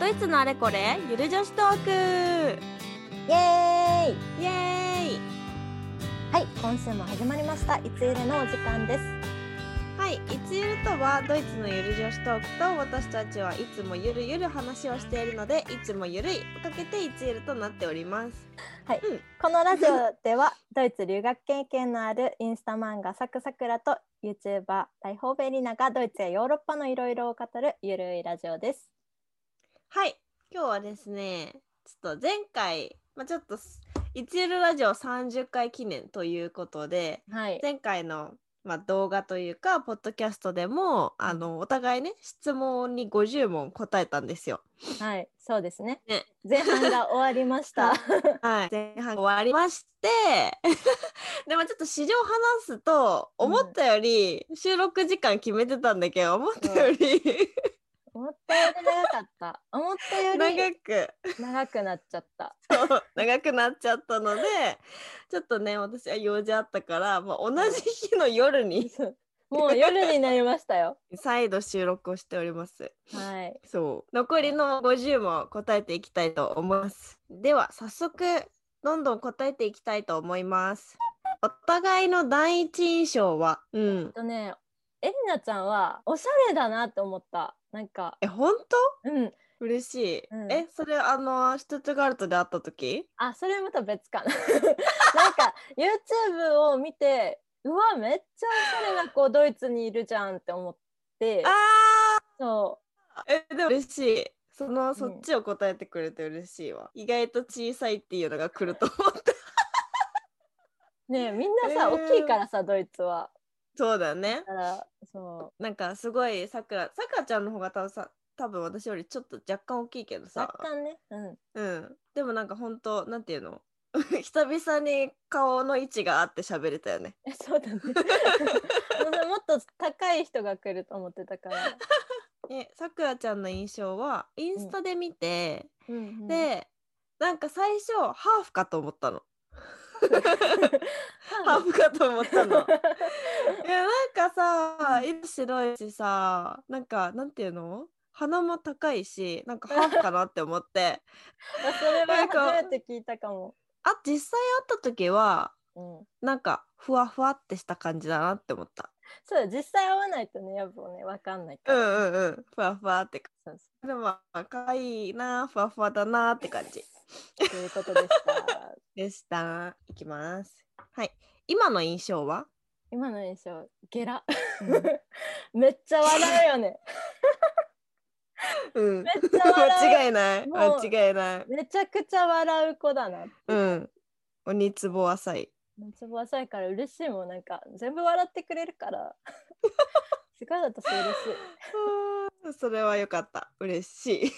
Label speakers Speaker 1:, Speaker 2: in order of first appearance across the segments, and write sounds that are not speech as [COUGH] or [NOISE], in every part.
Speaker 1: ドイツのあれこれゆる女子トーク
Speaker 2: イエーイ
Speaker 1: イエーイ
Speaker 2: はい今週も始まりましたいつゆるのお時間です
Speaker 1: はい、いつゆるとはドイツのゆる女子トークと私たちはいつもゆるゆる話をしているのでいつもゆるいをかけていつゆるとなっております
Speaker 2: このラジオではドイツ留学経験のあるインスタ漫画サクサクラと YouTuber 大宝ベリナがドイツやヨーロッパのいろいろを語るゆるいラジオです
Speaker 1: はい、今日はですねちょっと前回、まあ、ちょっといつゆるラジオ30回記念ということで
Speaker 2: はい
Speaker 1: 前回の、まあ、動画というかポッドキャストでもあのお互いね質問に50問答えたんですよ。
Speaker 2: はいそうですね
Speaker 1: ね
Speaker 2: 前半が終わりまし
Speaker 1: [LAUGHS]
Speaker 2: た
Speaker 1: はい、前半終わりまして [LAUGHS] でもちょっと市場話すと思ったより収録時間決めてたんだけど思ったより
Speaker 2: 思ったより長かった思ったより
Speaker 1: [LAUGHS] 長く
Speaker 2: 長くなっちゃった
Speaker 1: [LAUGHS] そう長くなっちゃったのでちょっとね私は用事あったから、まあ、同じ日の夜に
Speaker 2: そうもう夜になりましたよ
Speaker 1: 再度収録をしております。
Speaker 2: はい
Speaker 1: そう残りの50も答えていきたいと思いますでは早速どんどん答えていきたいと思いますお互いの第一印象はうん
Speaker 2: えっとねエリナちゃんはおしゃれだなって思ったなんか
Speaker 1: え本
Speaker 2: うん
Speaker 1: 当嬉しい、
Speaker 2: うん
Speaker 1: えそれあのシュトゥットガルトで会った時
Speaker 2: あそれまた別かな [LAUGHS] なんか YouTube を見てうわめっちゃおしゃれな子ドイツにいるじゃんって思って
Speaker 1: あ
Speaker 2: そ
Speaker 1: ーえでも嬉しいその、
Speaker 2: ん
Speaker 1: そっちを答えてくれて嬉しいわ意外と小さいっていう [LAUGHS] のが来ると思った
Speaker 2: うねえみんなさ、
Speaker 1: えー
Speaker 2: 大きいからさドイツは
Speaker 1: そうだね
Speaker 2: だからそ
Speaker 1: なんかすごいさくらさくらちゃんの方が多分さ多分私よりちょっと若干大きいけど
Speaker 2: う
Speaker 1: さ
Speaker 2: 若干ねうん
Speaker 1: うん、でもなんか本当なんていうの [LAUGHS] 久々に顔の位置があって喋れたよね。
Speaker 2: えそ
Speaker 1: [LAUGHS]
Speaker 2: うだねもっと高い人が来ると思ってたから、
Speaker 1: えさくらちゃんの印象はインスタで見て、
Speaker 2: うんうん
Speaker 1: でなんか最初ハーフかと思ったの。ハーフかと思ったの。 [LAUGHS] いやなんかさ色白いしさなんかなんていうの鼻も高いしなんかハーフかなって思 [LAUGHS] って。
Speaker 2: それは初めて聞いたかも。
Speaker 1: あ実際会った時は
Speaker 2: うん、
Speaker 1: なんかふわふわってした感じだなって思った。
Speaker 2: そうだ実際会わないとねやっぱねわかんないか
Speaker 1: うん
Speaker 2: ら。
Speaker 1: うんうんふわふわって
Speaker 2: そうそ
Speaker 1: でも可愛いなふわふわだなって感じ
Speaker 2: うということでした。
Speaker 1: でしたいきますはい今の印象は
Speaker 2: 今の印象ゲラ
Speaker 1: う
Speaker 2: [LAUGHS] めっちゃ笑うよ
Speaker 1: [LAUGHS]
Speaker 2: ね。
Speaker 1: うん
Speaker 2: めっちゃ笑
Speaker 1: [LAUGHS] 間違いない
Speaker 2: もう。
Speaker 1: 間違いないう
Speaker 2: めちゃくちゃ笑う子だな。
Speaker 1: うん鬼つぼ浅い
Speaker 2: めっちゃ浅いから嬉しいもんなんか全部笑ってくれる
Speaker 1: [LAUGHS]
Speaker 2: から。すごい私嬉し
Speaker 1: あーそれは良かった嬉しい [LAUGHS]
Speaker 2: い。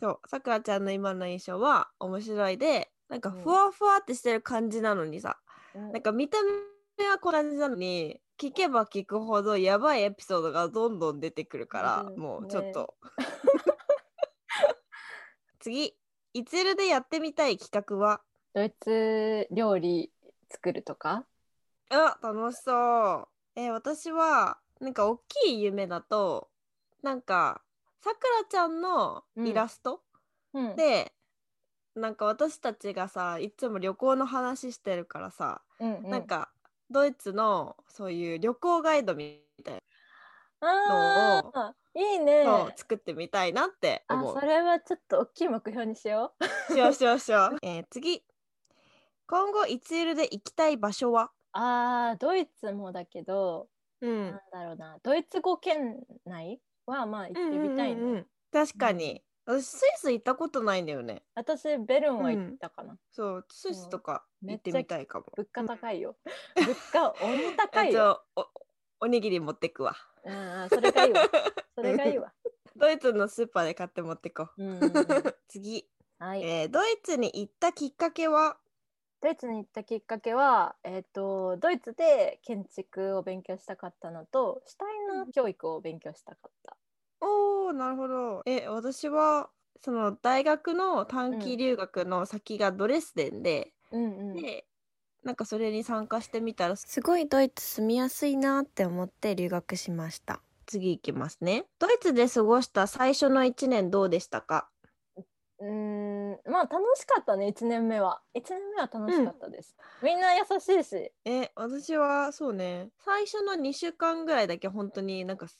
Speaker 1: そうさくらちゃんの今の印象は面白いでなんか
Speaker 2: うん
Speaker 1: ふわふわってしてる感じなのにさ、
Speaker 2: うん
Speaker 1: なんか見た目はこんな感じなのに聞けば聞くほどやばいエピソードがどんどん出てくるから、
Speaker 2: うん
Speaker 1: もう
Speaker 2: ね
Speaker 1: ちょっと、 [LAUGHS] 次いつるでやってみたい企画は
Speaker 2: ドイツ料理作るとか。
Speaker 1: あ楽しそうえー私はなんか大きい夢だとなんかさくらちゃんのイラスト、
Speaker 2: うん、
Speaker 1: でなんか私たちがさいつも旅行の話してるからさ、
Speaker 2: うんうん、
Speaker 1: なんかドイツのそういう旅行ガイドみたいな
Speaker 2: あ
Speaker 1: のを
Speaker 2: あいいね。
Speaker 1: そう作ってみたいなって
Speaker 2: あ
Speaker 1: 思う
Speaker 2: そ。れはちょっと大きい目標にしよう。 [LAUGHS]
Speaker 1: しようしようしよう。 [LAUGHS] えー次。今後いつゆるで行きたい場所は
Speaker 2: あードイツもだけど、
Speaker 1: う
Speaker 2: なん。だろうなドイツ語圏内はまあ行ってみたいね。
Speaker 1: うんうんうん確かに。私スイス行ったことないんだよね。
Speaker 2: 私ベルンは行ったかな。
Speaker 1: そう、スイスとか
Speaker 2: うん
Speaker 1: 行ってみたいかも。
Speaker 2: 物価高いよ。物価鬼高い
Speaker 1: じ
Speaker 2: よ。
Speaker 1: ゃあおおにぎり持ってくわ。
Speaker 2: ああそれがい
Speaker 1: [LAUGHS]
Speaker 2: いわ。それがいいわ。
Speaker 1: ドイツのスーパーで買って持ってこう。 [LAUGHS]
Speaker 2: うんうんうん、
Speaker 1: 次、
Speaker 2: はい。
Speaker 1: えードイツに行ったきっかけは
Speaker 2: ドイツに行ったきっかけは、えっ、とドイツで建築を勉強したかったのと、主体の教育を勉強したかった。
Speaker 1: おーなるほどえ私はその大学の短期留学の先がドレスデンで、
Speaker 2: うんうん。
Speaker 1: でなんかそれに参加してみたらすごいドイツ住みやすいなって思って留学しました次いきますね。ドイツで過ごした最初の1年どうでしたか
Speaker 2: うーんまあ楽しかったね1年目は1年目は楽しかったです、みんな優しいし
Speaker 1: え、私はそうね、最初の2週間ぐらいだけ本当になんかす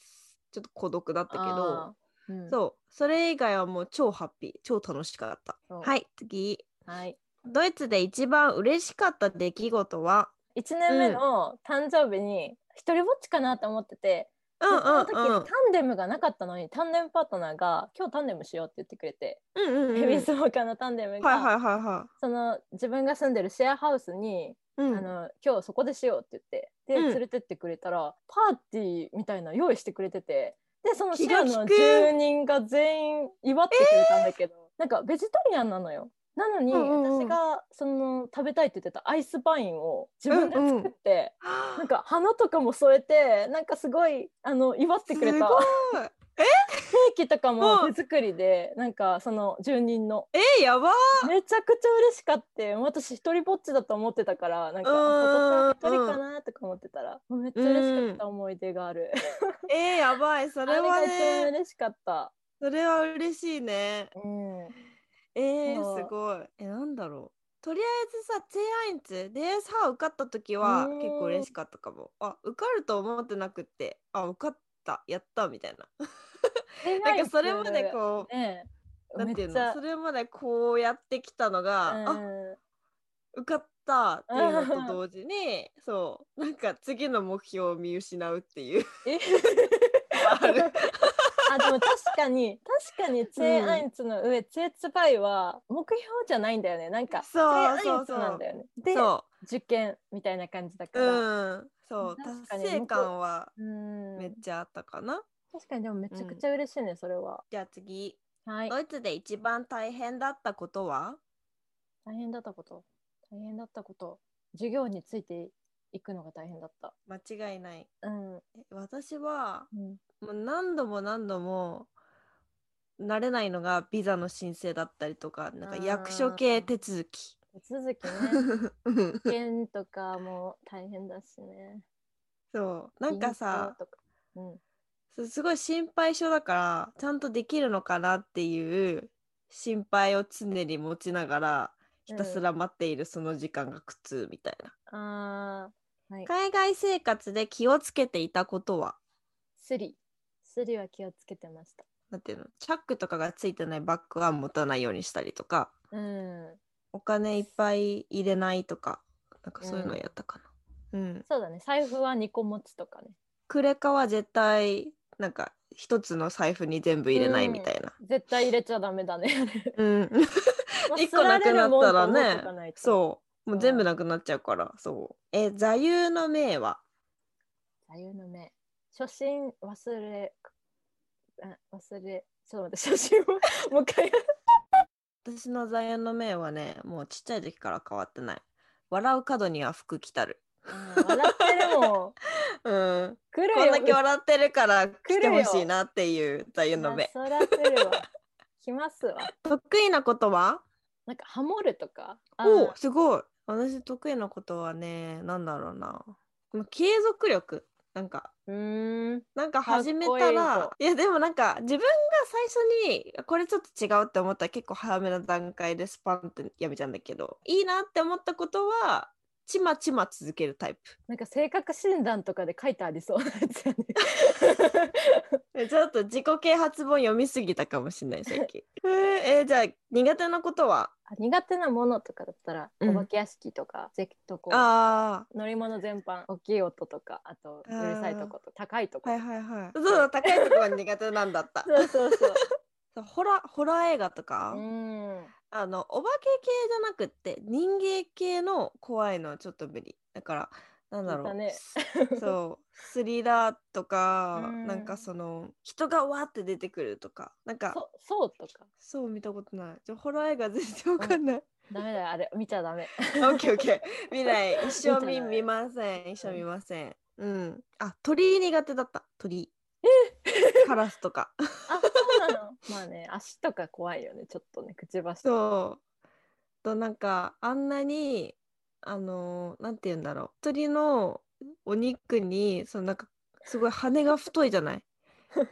Speaker 1: ちょっと孤独だったけど、
Speaker 2: あー、うん
Speaker 1: そう、それ以外はもう超ハッピー、超楽しかった。
Speaker 2: そう
Speaker 1: はい、次。
Speaker 2: はい
Speaker 1: ドイツで一番嬉しかった出来事は
Speaker 2: 1年目の誕生日に一人ぼっちかなと思ってて、
Speaker 1: う
Speaker 2: でその時
Speaker 1: ん
Speaker 2: タンデムがなかったのにタンデムパートナーが「今日タンデムしよう」って言ってくれて、
Speaker 1: うんうんうんうん
Speaker 2: ヘビースモーカーのタンデムが、
Speaker 1: はいはいはいは
Speaker 2: その自分が住んでるシェアハウスに、
Speaker 1: い。うん
Speaker 2: あの今日そこでしようって言って
Speaker 1: うん
Speaker 2: で連れてってくれたら、パーティーみたいなの用意してくれててでそのシ
Speaker 1: 気
Speaker 2: ェ
Speaker 1: が
Speaker 2: ア
Speaker 1: 利く
Speaker 2: の住人が全員祝ってくれたんだけど、なんかベジタリアンなのよ。なのに、
Speaker 1: うんうんうん
Speaker 2: 私がその食べたいって言ってたアイスパインを自分で作って。なんか花とかも添えてなんかすごいあの祝ってくれた
Speaker 1: すごい
Speaker 2: ケーキとか
Speaker 1: う
Speaker 2: も
Speaker 1: ん
Speaker 2: 手作りでなんかその住人の
Speaker 1: えやば
Speaker 2: めちゃくちゃ嬉しかって私一人ぼっちだと思ってたからなんか
Speaker 1: うんうんうん
Speaker 2: 今年は一人かなとか思ってたらもうめっちゃ嬉しかった思い出がある
Speaker 1: えー、やばいそ
Speaker 2: あ
Speaker 1: れは
Speaker 2: が一番
Speaker 1: ね
Speaker 2: 嬉しかった、
Speaker 1: それは嬉しいね
Speaker 2: うん、
Speaker 1: え
Speaker 2: そ
Speaker 1: ー、
Speaker 2: う
Speaker 1: すごいえなんだろうとりあえずさチェアインツでさ受かった時は
Speaker 2: うん
Speaker 1: 結構嬉しかったかもあ受かると思ってなくってあ受かったやったみたいななんかそれまでこ
Speaker 2: う、ね、
Speaker 1: うなんていう
Speaker 2: めっち
Speaker 1: の
Speaker 2: ゃ
Speaker 1: それまでこうやってきたのが、あ
Speaker 2: うん
Speaker 1: 受かったっていうの
Speaker 2: うん
Speaker 1: と同時にそうなんか次の目標を見失うっていう
Speaker 2: え
Speaker 1: ある
Speaker 2: あでも確かに確かにチェーンアインツの上、チェーツバイは目標じゃないんだよねなんかチェ
Speaker 1: そう
Speaker 2: ーンア
Speaker 1: そ
Speaker 2: イ
Speaker 1: う
Speaker 2: ンツ
Speaker 1: そう
Speaker 2: なんだよね [LAUGHS] で
Speaker 1: そ
Speaker 2: 受験みたいな感じだか
Speaker 1: う
Speaker 2: ら、
Speaker 1: うんそう
Speaker 2: 確かに
Speaker 1: 達成感は
Speaker 2: うん
Speaker 1: めっちゃあったかな、
Speaker 2: 確かにでもめちゃくちゃ嬉しいね、それは
Speaker 1: じゃあ次
Speaker 2: はい
Speaker 1: ドイツで一番大変だったことは
Speaker 2: 大変だったこと大変だったこと授業についていくのが大変だった
Speaker 1: 間違いない
Speaker 2: うん、
Speaker 1: え私は
Speaker 2: うん、
Speaker 1: もう何度も何度も慣れないのがビザの申請だったりとかなんか役所系手続き
Speaker 2: 手続き
Speaker 1: [LAUGHS]
Speaker 2: ね
Speaker 1: うん
Speaker 2: 受験とかも大変だしね
Speaker 1: そうなんかさ
Speaker 2: 銀行とかうん
Speaker 1: すすごい心配性だからちゃんとできるのかなっていう心配を常に持ちながらひたすら待っているその時間が苦痛みたいな、
Speaker 2: あーはい
Speaker 1: 海外生活で気をつけていたことは
Speaker 2: スリスリは気をつけてました
Speaker 1: なんていうのチャックとかがついてないバッグは持たないようにしたりとか
Speaker 2: うん
Speaker 1: お金いっぱい入れないとかなんかそういうのやったかなうん、
Speaker 2: そうだね財布は2個持ちとかね
Speaker 1: クレカは絶対なんか一つの財布に全部入れないみたいな
Speaker 2: 絶対入れちゃダメだね
Speaker 1: うん
Speaker 2: まあ
Speaker 1: 一個なくなったら
Speaker 2: すれるもんと思っとかない
Speaker 1: ね
Speaker 2: と
Speaker 1: そうも
Speaker 2: うん
Speaker 1: う全部なくなっちゃうからそうえ座右の銘は
Speaker 2: 座右の銘初心忘れあ忘れちょっと待って初
Speaker 1: [LAUGHS]
Speaker 2: 心をもう一回
Speaker 1: 私の座右の銘はねもうちっちゃい時から変わってない笑う角には服着たる
Speaker 2: うん笑ってるもん
Speaker 1: うん
Speaker 2: 来る
Speaker 1: こん
Speaker 2: よ
Speaker 1: だけ笑ってるから
Speaker 2: る
Speaker 1: 来て
Speaker 2: よ
Speaker 1: ほしいなっていう座右の
Speaker 2: まあ
Speaker 1: 銘
Speaker 2: そら来るわ来ますわ
Speaker 1: 得意なことは
Speaker 2: なんかハモるとかあ
Speaker 1: おおすごい私得意なことはねなんだろうなこの継続力なんか
Speaker 2: うーん
Speaker 1: なんか
Speaker 2: かっこい
Speaker 1: 始
Speaker 2: い
Speaker 1: めたら
Speaker 2: ぞ
Speaker 1: いやでもなんか自分が最初にこれちょっと違うって思ったら結構早めの段階でスパンってやめちゃうんだけどいいなって思ったことはちまちま続けるタイプ
Speaker 2: なんか性格診断とかで書いてありそうなやつや
Speaker 1: [LAUGHS]
Speaker 2: ね
Speaker 1: えちょっと自己啓発本読みすぎたかもしれない最近 [LAUGHS] えーえーじゃあ苦手なことは
Speaker 2: あ苦手なものとかだったら、
Speaker 1: うん
Speaker 2: お化け屋敷とかジェットコースター
Speaker 1: あ
Speaker 2: 乗り物全般大きい音とかあとう
Speaker 1: あー
Speaker 2: るさいとこと高いとこ、
Speaker 1: ーはいはいはいそうだ高いところが苦手なんだった [LAUGHS]
Speaker 2: そうそうそう
Speaker 1: そうホラホラー映画とか、
Speaker 2: うん
Speaker 1: あのお化け系じゃなくって人間系の怖いのはちょっと無理だからなんだろ、
Speaker 2: 聞いうたね
Speaker 1: すそうスリラーとか、
Speaker 2: [LAUGHS] うん
Speaker 1: なんかその人がわーって出てくるとかなんか
Speaker 2: そそうとか
Speaker 1: そう見たことないじゃホラー映画全然わかんない、
Speaker 2: ダメだよあれ見ちゃ
Speaker 1: [LAUGHS]
Speaker 2: ダメ
Speaker 1: オッケーオッ
Speaker 2: [LAUGHS]
Speaker 1: ケー見ない一生見
Speaker 2: 見たない
Speaker 1: 見ません一生見ませんうんあ鳥苦手だった鳥カラスとか
Speaker 2: あそうなのまあね足とか怖いよねちょっとねくちばしとか
Speaker 1: そうとなんかあんなにあのーなんて言うんだろう鳥のお肉にそのなんかすごい羽が太いじゃない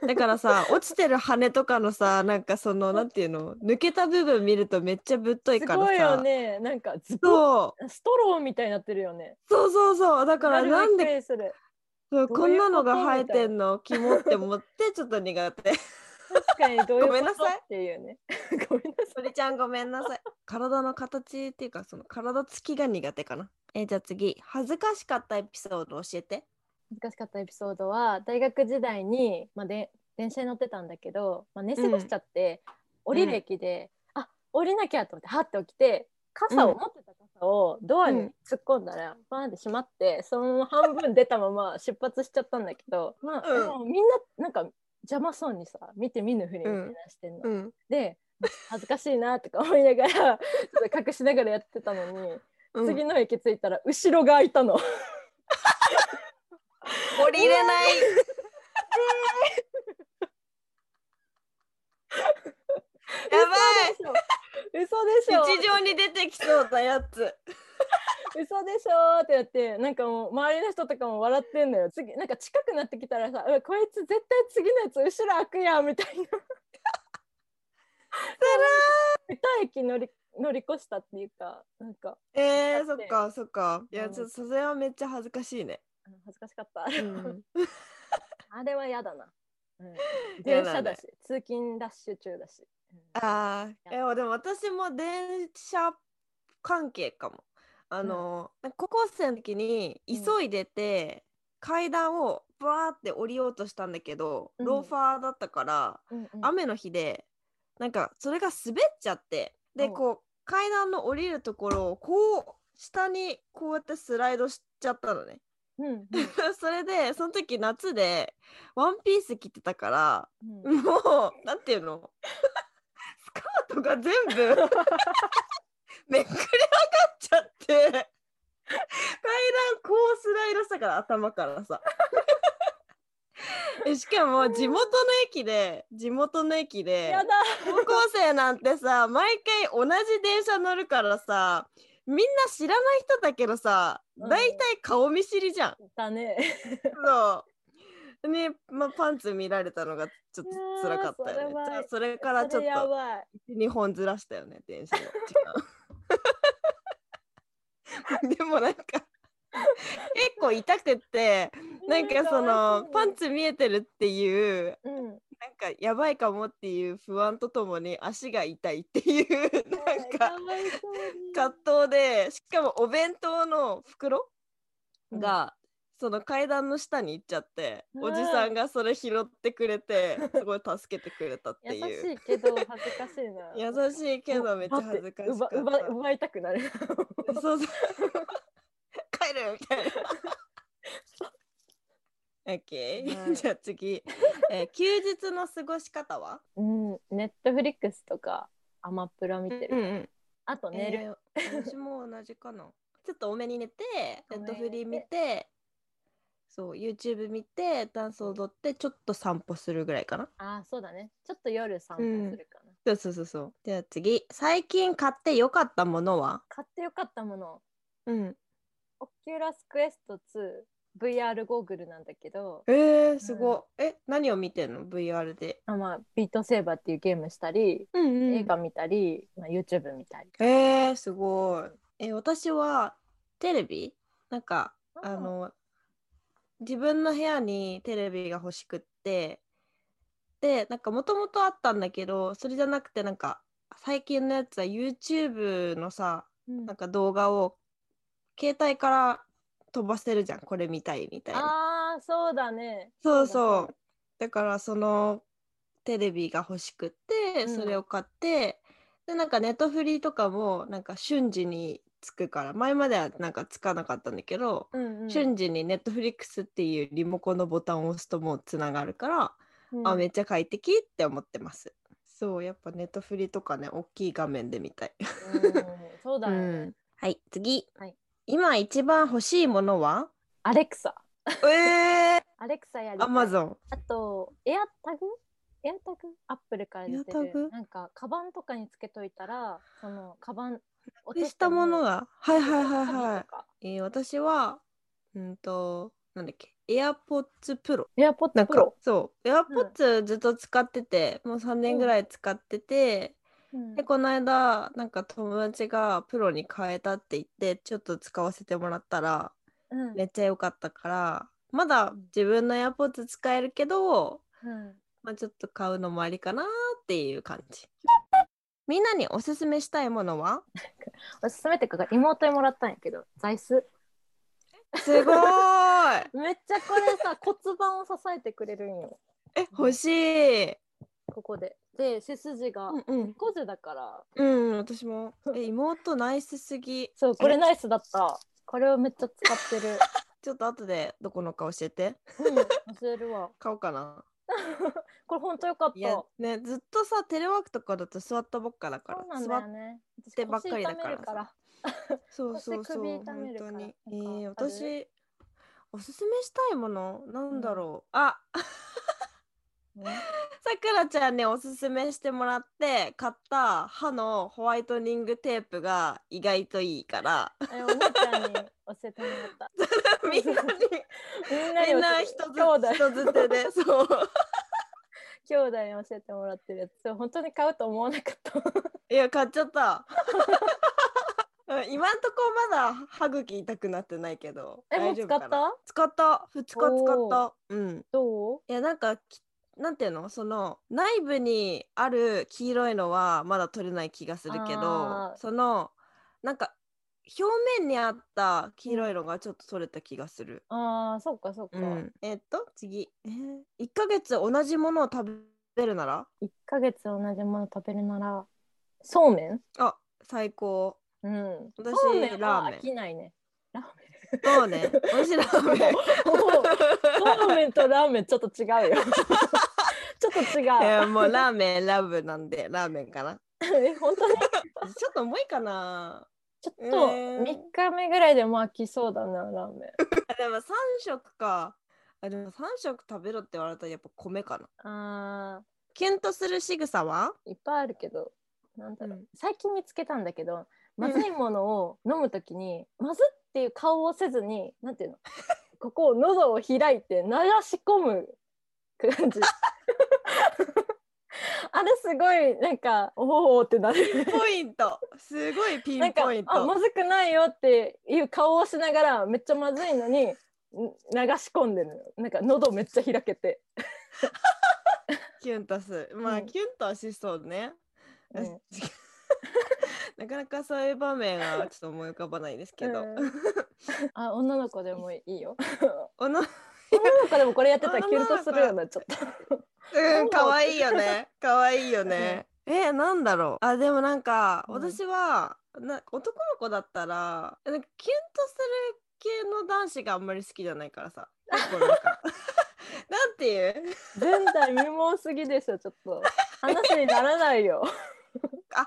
Speaker 1: だから
Speaker 2: [LAUGHS]
Speaker 1: さ落ちてる羽とかのさなんかそのなんていうの抜けた部分見るとめっちゃぶっとい
Speaker 2: す
Speaker 1: からさ
Speaker 2: ごいよねなんかずっ
Speaker 1: そ
Speaker 2: と
Speaker 1: う
Speaker 2: ストローみたいになってるよね
Speaker 1: そうそうそうだからなんで
Speaker 2: する
Speaker 1: そう
Speaker 2: ど
Speaker 1: こ
Speaker 2: うい
Speaker 1: ん
Speaker 2: う
Speaker 1: なのが
Speaker 2: こと
Speaker 1: 生えてんのキモって思ってちょっと苦手
Speaker 2: 確かにどういうこと
Speaker 1: ごめんなさい
Speaker 2: っていうね [LAUGHS] ごめんなさ
Speaker 1: 鳥ちゃんごめん
Speaker 2: [LAUGHS]
Speaker 1: なさい体の形っていうかその体つきが苦手かなえーじゃあ次恥ずかしかったエピソード教えて
Speaker 2: い難しかったエピソードは大学時代に、まあ、で電車に乗ってたんだけど、まあ、寝過ごしちゃって、降りる駅で、あ降りなきゃと思ってはって起きて傘を、
Speaker 1: うん
Speaker 2: 持ってた傘をドアに突っ込んだら、バーンってしまってそのまま半分出たまま出発しちゃったんだけど、まあ
Speaker 1: うん
Speaker 2: でもみんななんか邪魔そうにさ見て見ぬふりみたいなしてんの。
Speaker 1: ん
Speaker 2: で恥ずかしいなとか思いながらちょっと隠しながらやってたのに、次の駅着いたら後ろが開いたの。
Speaker 1: 降りれない [LAUGHS] やば
Speaker 2: 嘘でしょ
Speaker 1: い日常に出てきそうなや
Speaker 2: [LAUGHS]
Speaker 1: つ
Speaker 2: 嘘でしょってやってなんかもう周りの人とかも笑ってんのよ次なんか近くなってきたらさ「うわこいつ絶対次のやつ後ろ開くやん」みたいな。二駅乗り乗り越したっていうかなんか
Speaker 1: え
Speaker 2: だ
Speaker 1: ー、そ
Speaker 2: っ
Speaker 1: ってかそっかいや
Speaker 2: うん
Speaker 1: ちょっとそれはめっちゃ恥ずかしいね、
Speaker 2: あの恥ずかしかった、あれは嫌だな、うん、
Speaker 1: 嫌
Speaker 2: 電
Speaker 1: だね
Speaker 2: 車だし通勤ラッシュ中だし、うん
Speaker 1: あーいやでも私も電車関係かもあの、なんか高校生の時に
Speaker 2: うん
Speaker 1: 急いでて、階段をバーって降りようとしたんだけど、
Speaker 2: うん
Speaker 1: ローファーだったから
Speaker 2: うんうん
Speaker 1: 雨の日でなんかそれが滑っちゃってで
Speaker 2: うん
Speaker 1: こう階段の降りるところをこう下にこうやってスライドしちゃったのね [LAUGHS]
Speaker 2: うんうん
Speaker 1: それでその時夏でワンピース着てたから
Speaker 2: うん
Speaker 1: もうなんていうのスカートが全部めくれ上がっちゃって階段こうスライドしたから頭からさえしかも地元の駅で地元の駅で
Speaker 2: やだ
Speaker 1: 高校生なんてさ毎回同じ電車乗るからさみんな知らない人だけどさ
Speaker 2: うん
Speaker 1: 大体顔見知りじゃん。
Speaker 2: だね
Speaker 1: そう。 [LAUGHS] ね、まあ、パンツ見られたのがちょっと辛かったよね
Speaker 2: いやーそれは。
Speaker 1: そそれからちょっ
Speaker 2: それや
Speaker 1: と
Speaker 2: ばい
Speaker 1: 2本ずらしたよね、電車の時間。で [LAUGHS] もなんか結構痛くってなんかそのパン
Speaker 2: ツ、
Speaker 1: ツ見えてるっていう
Speaker 2: うん、
Speaker 1: なんかやばいかもっていう不安とともに足が痛いっていうなんか
Speaker 2: かわいそうに
Speaker 1: 葛藤でしかもお弁当の袋が、その階段の下に行っちゃって、
Speaker 2: うん
Speaker 1: おじさんがそれ拾ってくれ
Speaker 2: [LAUGHS]
Speaker 1: てすごい助けてくれたって
Speaker 2: 優
Speaker 1: いう
Speaker 2: しいけど恥ずかしい
Speaker 1: [LAUGHS]
Speaker 2: な
Speaker 1: 優しいけどめっちゃ恥ずかしか
Speaker 2: 奪
Speaker 1: った
Speaker 2: 奪奪いたくなる [LAUGHS]
Speaker 1: そうそう帰るみたいな [LAUGHS]
Speaker 2: [LAUGHS]
Speaker 1: OK、
Speaker 2: はい
Speaker 1: じゃあ次、えー休日の過ごし方は、
Speaker 2: うんネットフリックスとかアマプラ見てる、
Speaker 1: ん、
Speaker 2: あと寝る、
Speaker 1: えー私も同じかな。 [LAUGHS] ちょっと多めに寝て、
Speaker 2: 多
Speaker 1: ネッ
Speaker 2: めに寝て
Speaker 1: トフリ見て、そう、YouTube 見て、ダンス踊って、ちょっと散歩するぐらいかな。
Speaker 2: ああそうだねちょっと夜散歩するかな、
Speaker 1: そうそうそうそう。じゃあ次、最近買ってよかったものは
Speaker 2: 買ってよかったもの
Speaker 1: うん。
Speaker 2: オキュラスクエスト 2VR ゴーグルなんだけど
Speaker 1: えー、すごい。え、何を見てんの ?VR で。
Speaker 2: あ、まあ、ビートセーバーっていうゲームしたり、
Speaker 1: うんう
Speaker 2: 映画見たり、まあ、YouTube 見たり
Speaker 1: えー、すごい。え、私はテレビなんか、あの自分の部屋にテレビが欲しくってでなんかもともとあったんだけどそれじゃなくてなんか最近のやつは YouTube のさ
Speaker 2: うん
Speaker 1: なんか動画を携帯から飛ばせるじゃんこれ見たいみたいな
Speaker 2: ああそうだね
Speaker 1: そうそ
Speaker 2: そう
Speaker 1: だからそのテレビが欲しくって
Speaker 2: うん
Speaker 1: それを買って、でなんかネットフリとかもなんか瞬時につくから前まではなんかつかなかったんだけど、
Speaker 2: うんうん、
Speaker 1: 瞬時に Netflix っていうリモコンのボタンを押すともうつながるから、
Speaker 2: うん
Speaker 1: あめっちゃ快適って思ってますそうやっぱネットフリとかね大きい画面で見たい、
Speaker 2: うんそうだ
Speaker 1: う
Speaker 2: よね、
Speaker 1: ん、はい次、
Speaker 2: はい
Speaker 1: 今一番欲しいもの
Speaker 2: [LAUGHS]
Speaker 1: は
Speaker 2: アレクサ
Speaker 1: えー、
Speaker 2: アレクサやりたい
Speaker 1: アマゾン
Speaker 2: あとエアタグエアタグアップルから出て
Speaker 1: エアタグ
Speaker 2: るなんかカバンとかにつけといたらそのカバン落
Speaker 1: でしたものがはいはいはい
Speaker 2: い
Speaker 1: はい、えー私はうんとなんだっけ AirPods Pro。
Speaker 2: エアポッ
Speaker 1: な
Speaker 2: ド
Speaker 1: ん
Speaker 2: プ
Speaker 1: か
Speaker 2: ロ。
Speaker 1: そう、AirPods ずっと使ってて、もう3年ぐらい使ってて、
Speaker 3: うん
Speaker 1: で、この間、なんか友達がプロに変えたって言って、ちょっと使わせてもらったら、
Speaker 3: うん
Speaker 1: めっちゃ良かったから、まだ自分の AirPods 使えるけど、まあ、ちょっと買うのもありかなっていう感じ。みんなにおすすめしたいものは
Speaker 2: おすすめってか妹にもらったんやけど、座椅子。
Speaker 1: す
Speaker 3: [LAUGHS]
Speaker 1: ごーい
Speaker 2: めっちゃこれ
Speaker 1: [LAUGHS]
Speaker 2: さ骨盤を支えてくれるんよ。
Speaker 1: え欲しい、
Speaker 2: ここで。で背筋が
Speaker 1: うんうん
Speaker 2: 猫背だから。
Speaker 1: うん私もえ妹ナイスすぎ
Speaker 2: そうこれナイスだった。これをめっちゃ使ってる。
Speaker 1: ちょっと後でどこのか教えて
Speaker 2: うん教えるわ。
Speaker 1: 買おうかな
Speaker 2: これ本当よかっ
Speaker 1: い
Speaker 2: た。
Speaker 1: やねずっとさテレワークとかだと座ったばっかだから
Speaker 3: そうなんだよね。
Speaker 1: てばっかりだから
Speaker 2: 腰痛めるから
Speaker 1: そうそうそう
Speaker 3: 腰首痛
Speaker 1: 本
Speaker 3: めるか
Speaker 1: 当
Speaker 3: ら
Speaker 1: にえー
Speaker 3: なんかある
Speaker 1: 私おすすめしたいものなんだろう、あさくらちゃんにおすすめしてもらって買った歯のホワイトニングテープが意外といいから
Speaker 3: えおもちゃんに教えてもらった。
Speaker 1: [LAUGHS] みんなに
Speaker 2: [LAUGHS] みんな
Speaker 1: みんな
Speaker 2: に
Speaker 1: 一つ
Speaker 2: 教えて
Speaker 1: 一つ
Speaker 3: [LAUGHS]
Speaker 1: 手でそう
Speaker 2: 兄弟兄弟に教えてもらってるやつそう本当に買うと思わなかった [LAUGHS]
Speaker 1: いや買っちゃった [LAUGHS] うん今んとこまだ歯茎痛くなってないけど
Speaker 2: えもう
Speaker 1: 大
Speaker 2: 使
Speaker 1: 丈
Speaker 2: っ
Speaker 1: 夫かな
Speaker 2: た
Speaker 1: 使った2日使
Speaker 2: お
Speaker 1: ったうん
Speaker 2: どう
Speaker 1: いやなんかきなんていうのその内部にある黄色いのはまだ取れない気がするけ
Speaker 2: あ
Speaker 1: ど
Speaker 2: ー
Speaker 1: そのなんか表面にあった黄色いのがちょっと取れた気がする。
Speaker 2: ああそっかそっか、
Speaker 1: う
Speaker 2: 一
Speaker 1: ん、えーっと次、えー、1ヶ月同じものを食べるなら
Speaker 2: 1ヶ月同じもの食べるならそうめん
Speaker 1: あ最高
Speaker 2: うん
Speaker 1: 私
Speaker 2: そうめん
Speaker 1: ラー
Speaker 2: は
Speaker 1: メン
Speaker 2: 飽きないねラー
Speaker 1: [LAUGHS] そう [LAUGHS] ね美味しいラーメン
Speaker 2: メ [LAUGHS] ンそうめんとラーメンちょっと違うよ
Speaker 1: [LAUGHS]
Speaker 2: ちょっと違
Speaker 1: いうやもうラーメンラブなんでラーメンかな
Speaker 2: [LAUGHS] え本当に
Speaker 1: ちょっと重いかな
Speaker 2: ちょっと
Speaker 1: えー
Speaker 2: 3日目ぐらいでもう飽きそうだなラーメン
Speaker 1: あでも3食かあでも3食食べろって言われたらやっぱ米かな
Speaker 2: あー
Speaker 1: キュンとする仕草は、
Speaker 2: いっぱいあるけどなんだろう、
Speaker 1: うん
Speaker 2: 最近見つけたんだけど
Speaker 1: うん
Speaker 2: まずいものを飲むときに、まずっていう顔をせずにな
Speaker 1: [LAUGHS]
Speaker 2: んていうのここを喉を開いて流し込む
Speaker 1: [LAUGHS]
Speaker 2: 感じあれすごいなんかおおってなる
Speaker 1: ポイントすごいピ
Speaker 2: なん
Speaker 1: ン
Speaker 2: か
Speaker 1: ポイン
Speaker 2: あ
Speaker 1: ト
Speaker 2: まずくないよっていう顔をしながらめっちゃまずいのにん流し込んでるのよなんか喉めっちゃ開けて、
Speaker 1: キュンとするまあ、
Speaker 2: うん
Speaker 1: キュンとはしそうね、
Speaker 2: うん
Speaker 1: [LAUGHS] なかなかそういう場面はちょっと思い浮かばないですけど、
Speaker 2: うん
Speaker 1: [LAUGHS]
Speaker 2: あ女の子でもいいよ
Speaker 1: おの
Speaker 2: 女の子でもこれやってたらキュンとするようなちょっと。
Speaker 1: うん、かわいいよね。かわいいよね。えなんだろうあでもなんか、
Speaker 2: うん
Speaker 1: 私はな男の子だったらなんかキュンとする系の男子があんまり好きじゃないからさ結構なん [LAUGHS] かなんていう
Speaker 2: 前代未聞すぎでしょちょっと話にならないよ
Speaker 1: あ分か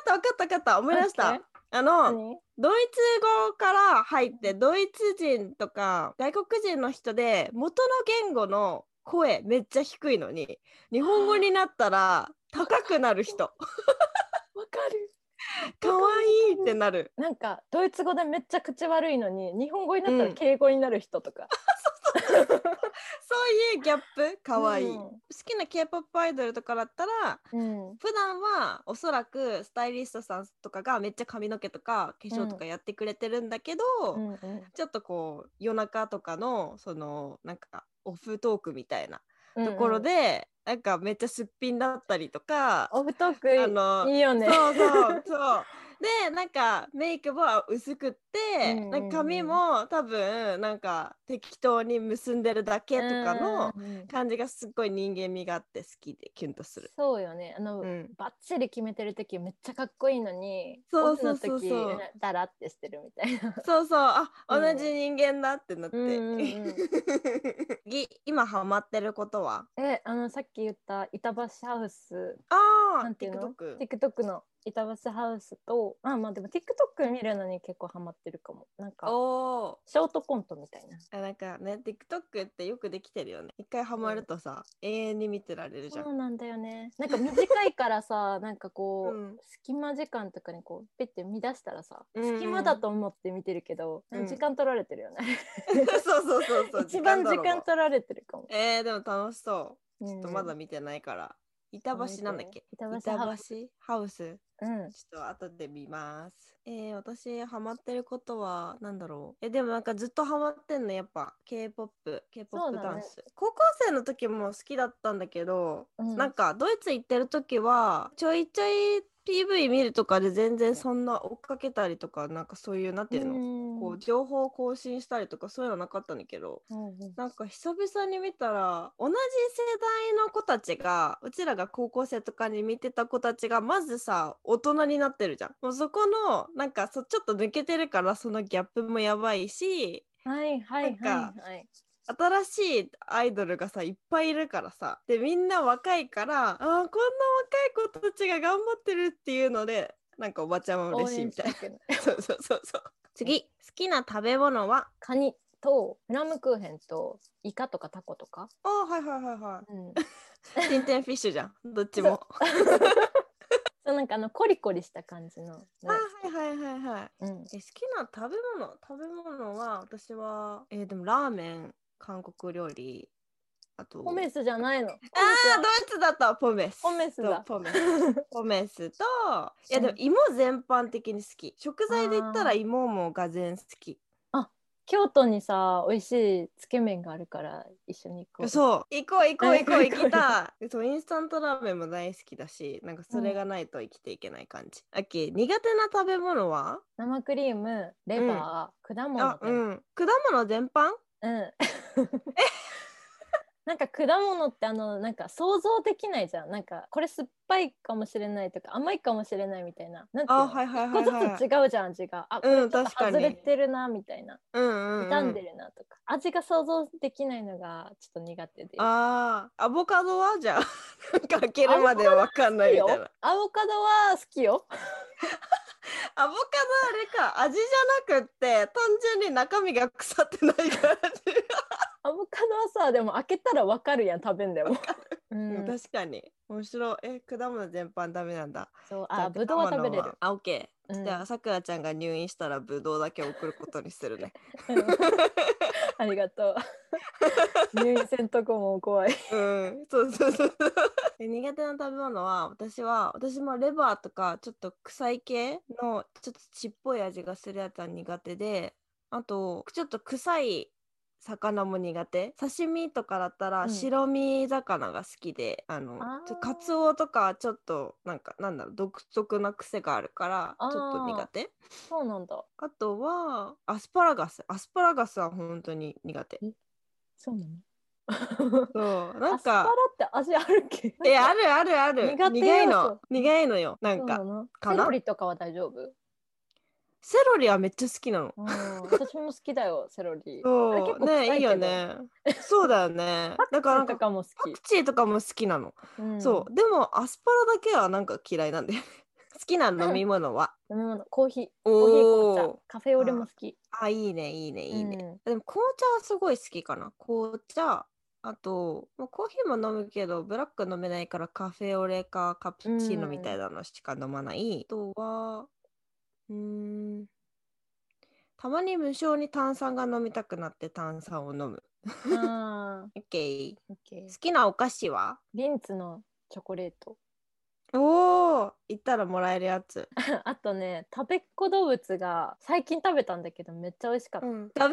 Speaker 1: った分かった分かった思い出し
Speaker 2: オッ
Speaker 1: た
Speaker 2: ケ
Speaker 1: [LAUGHS] あの
Speaker 2: 何
Speaker 1: ドイツ語から入ってドイツ人とか外国人の人で元の言語の声めっちゃ低いのに日本語になったら高くなる人
Speaker 2: わかる
Speaker 1: かわいいってなる
Speaker 2: なんかドイツ語でめっちゃ口悪いのに日本語になった
Speaker 1: うん
Speaker 2: ら敬語になる人とか、
Speaker 1: そういうギャップかわいい、
Speaker 2: うん
Speaker 1: 好きな k p o p アイドルとかだったら
Speaker 2: うん
Speaker 1: 普段はおそらくスタイリストさんとかがめっちゃ髪の毛とか化粧とかやってくれてるんだけど、
Speaker 2: うん
Speaker 1: ちょっとこう夜中とかのそのなんかオフトークみたいな
Speaker 2: うん、
Speaker 1: ところで、なんかめっちゃすっぴんだったりとか、
Speaker 2: オフトー
Speaker 1: あ
Speaker 2: ク
Speaker 1: の
Speaker 2: いいよね
Speaker 1: そうそうそう。でなんかメイクも薄くって、
Speaker 2: うんうんうん
Speaker 1: なんか髪も多分なんか適当に結んでるだけとかの
Speaker 2: うんうん
Speaker 1: 感じがすっごい人間味があって好きでキュンとする。
Speaker 2: そうよねあの、
Speaker 1: うん、
Speaker 2: バッチリ決めてる時めっちゃかっこいいのに
Speaker 1: そうそうそうそう
Speaker 2: オフの時ダラってしてるみたいな
Speaker 1: そうそうあ、
Speaker 2: うん
Speaker 1: 同じ人間だってなって、
Speaker 2: うんうん
Speaker 1: [LAUGHS]
Speaker 2: うん
Speaker 1: 次今ハマってることは
Speaker 2: えあのさっき言った板橋ハウス
Speaker 1: ああ
Speaker 2: なんていうの
Speaker 1: TikTok
Speaker 2: TikTok の板橋ハウスとあまあでも TikTok 見るのに結構ハマってるかもなんか
Speaker 1: おお
Speaker 2: ショートコントみたいな
Speaker 1: あなんかね TikTok ってよくできてるよね一回ハマるとさ、永遠に見てられるじゃ
Speaker 2: そ
Speaker 1: ん
Speaker 2: うなんだよねなんか短いからさ [LAUGHS] なんかこう、
Speaker 1: うん
Speaker 2: 隙間時間とかにこうペッて見出したらさ、
Speaker 1: うんうん
Speaker 2: 隙間だと思って見てるけど、
Speaker 1: うん
Speaker 2: 時間取られてるよね
Speaker 1: [LAUGHS] そうそうそうそう
Speaker 2: [LAUGHS] 一番時
Speaker 1: 泥棒
Speaker 2: 間取られてるかも、
Speaker 1: えー、でも楽しそうち
Speaker 2: ち
Speaker 1: ょっとまだ見てないから、板橋なんだっけ
Speaker 2: 板
Speaker 1: 板橋
Speaker 2: 橋ハウス
Speaker 1: ハウス
Speaker 2: うん
Speaker 1: ちょっと後で見ます。えー、私ハマってることは何だろうえでもなんかずっとハマってんのやっぱ K-POP、
Speaker 2: そう
Speaker 1: K-POP
Speaker 2: だね
Speaker 1: ダンス、高校生の時も好きだったんだけど、
Speaker 2: うん
Speaker 1: なんかドイツ行ってる時はちょいちょい PV 見るとかで全然そんな追っかけたりとかなんかそういうなんていうの、
Speaker 2: うん
Speaker 1: こう情報を更新したりとかそういうのなかったんだけど
Speaker 2: うんうん
Speaker 1: なんか久々に見たら同じ世代の子たちがうちらが高校生とかに見てた子たちがまずさ大人になってるじゃん。もうそこのなんかそちょっと抜けてるからそのギャップもやばいし
Speaker 2: はいはい
Speaker 1: な
Speaker 2: は
Speaker 1: ん
Speaker 2: いはい
Speaker 1: 新しいアイドルがさいっぱいいるからさでみんな若いからあーこんな若い子たちが頑張ってるっていうのでなんかおばちゃんも嬉しいみたい
Speaker 2: 応援したくない
Speaker 1: な [LAUGHS] そうそうそうそう次好きな食べ物は
Speaker 2: カニとフラムクーヘンとイカとかタコとか、
Speaker 1: あーはいはいはいは
Speaker 2: うん、
Speaker 1: い
Speaker 2: [LAUGHS]
Speaker 1: テンテンフィッシュじゃんどっちも。
Speaker 2: そうなんかあのコリコリした感じの、ね
Speaker 1: あはいはいはいはい。
Speaker 2: うん、
Speaker 1: え好きな食べ物食べ物は私はえーでもラーメン韓国料理あと
Speaker 2: ポメスじゃないの
Speaker 1: あードイツだったポメス
Speaker 2: ポメスだ
Speaker 1: とポメス
Speaker 2: [LAUGHS]
Speaker 1: ポメスといやでも芋全般的に好き食材で言ったら
Speaker 2: あー
Speaker 1: 芋もが全好き
Speaker 2: 京都にさ美味しいつけ麺があるから一緒に行こう
Speaker 1: そう行こう行こう行こう
Speaker 2: 行
Speaker 1: 行
Speaker 2: こ
Speaker 1: き
Speaker 2: う
Speaker 1: たいそうインスタントラーメンも大好きだしなんかそれがないと生きていけない感じ、あっけ苦手な食べ物は
Speaker 2: 生クリームレバー、果物
Speaker 1: あ
Speaker 2: とか
Speaker 1: うん果物全般
Speaker 2: うん。 [LAUGHS] なんか果物ってあのなんか想像できないじゃんなんかこれ酸っぱいかもしれないとか甘いかもしれないみたいななんていうの
Speaker 1: あはいはい
Speaker 2: 一
Speaker 1: はいはい
Speaker 2: 個ずつ違うじゃん味があこ
Speaker 1: う
Speaker 2: れ
Speaker 1: ん
Speaker 2: ちょっと
Speaker 1: 確かに
Speaker 2: 外れてるなみたいな
Speaker 1: うんうん、うん、
Speaker 2: 傷んでるなとか、味が想像できないのがちょっと苦手で
Speaker 1: ああ、アボカドはじゃあ、 [LAUGHS] なんか開けるまでわかんないみたい
Speaker 2: 好き
Speaker 1: な
Speaker 2: よ。アボカドは好きよ [LAUGHS]
Speaker 1: アボカドあれか、味じゃなくって、単純に中身が腐ってないから。
Speaker 2: アボカドはさでも開けたらわかるやん食べんでも、うん、
Speaker 1: 確かに、面白い。え、果物全般ダメなんだ。
Speaker 2: そう
Speaker 1: じゃ
Speaker 2: あぶどうは食べれ。
Speaker 1: 果物
Speaker 2: る、
Speaker 1: あ、オッケ
Speaker 2: う
Speaker 1: ー。
Speaker 2: ん
Speaker 1: じゃあ、さくらちゃんが入院したら、ぶどうだけ送ることにするね。
Speaker 2: [LAUGHS] ありが
Speaker 1: [LAUGHS]
Speaker 2: とう入院せんとこも怖い
Speaker 1: うん、そうそう
Speaker 2: [LAUGHS]
Speaker 1: そう。で苦手な食べ物は、私は、私もレバーとか、ちょっと臭い系の、ちょっとちっぽい味がするやつは苦手で、あと、ちょっと臭い魚も苦手。刺身とかだった
Speaker 2: う
Speaker 1: ら、
Speaker 2: ん
Speaker 1: 白身魚が好きで、あの、
Speaker 2: あー
Speaker 1: ちょカツオとか、ちょっと、なんか、なんだろう、独特な癖があるから、ちょ
Speaker 2: あー
Speaker 1: っと苦手。
Speaker 2: そうなんだ
Speaker 1: あとは、アスパラガス。アスパラガスは本当に苦手
Speaker 2: え。そうなの
Speaker 1: そう、なん
Speaker 2: アスパ
Speaker 1: か
Speaker 2: ラ、って味あるっけ
Speaker 1: え、あるあるある。
Speaker 2: 苦手要素
Speaker 1: 苦いの。苦いのよ。な
Speaker 2: そ
Speaker 1: ん
Speaker 2: うな
Speaker 1: か、
Speaker 2: の
Speaker 1: かな
Speaker 2: セロリとかは大丈夫
Speaker 1: セロリはめっちゃ好きなの。
Speaker 2: うん
Speaker 1: [LAUGHS]
Speaker 2: 私も好きだよセロリあれ
Speaker 1: そ
Speaker 2: 結
Speaker 1: う。
Speaker 2: 構臭い
Speaker 1: ね、いいよ
Speaker 2: けど
Speaker 1: ね。そうだよ
Speaker 2: [LAUGHS]
Speaker 1: ね。だから、なん
Speaker 2: と
Speaker 1: か、パ
Speaker 2: かも好き
Speaker 1: クチーとかも好きなの。
Speaker 2: うん
Speaker 1: そう。でも、アスパラだけはなんか嫌いなんだよね。 [LAUGHS] 好きな飲み物は。
Speaker 2: 飲み物コーヒーコーヒー
Speaker 1: お
Speaker 2: 紅茶
Speaker 1: お。
Speaker 2: カフェオレも好き
Speaker 1: あ、いいね、いいね、いいね。
Speaker 2: うん
Speaker 1: でも、紅茶はすごい好きかな。紅茶。あと、まあ、コーヒーも飲むけど、ブラック飲めないからカフェオレかカプチーノみたいなのしか飲まない。あとは、うーん、たまに無性に炭酸が飲みたくなって炭酸を飲む。
Speaker 2: あ
Speaker 1: オッケー。
Speaker 2: ーオッケ
Speaker 1: 好
Speaker 2: ー
Speaker 1: きなお菓子は
Speaker 2: リンツのチョコレート [LAUGHS]
Speaker 1: おお行ったらもらえるやつ。
Speaker 2: あとね食べっ子動物が最近食べたんだけどめっちゃ美味しかっ
Speaker 1: 食べっ子動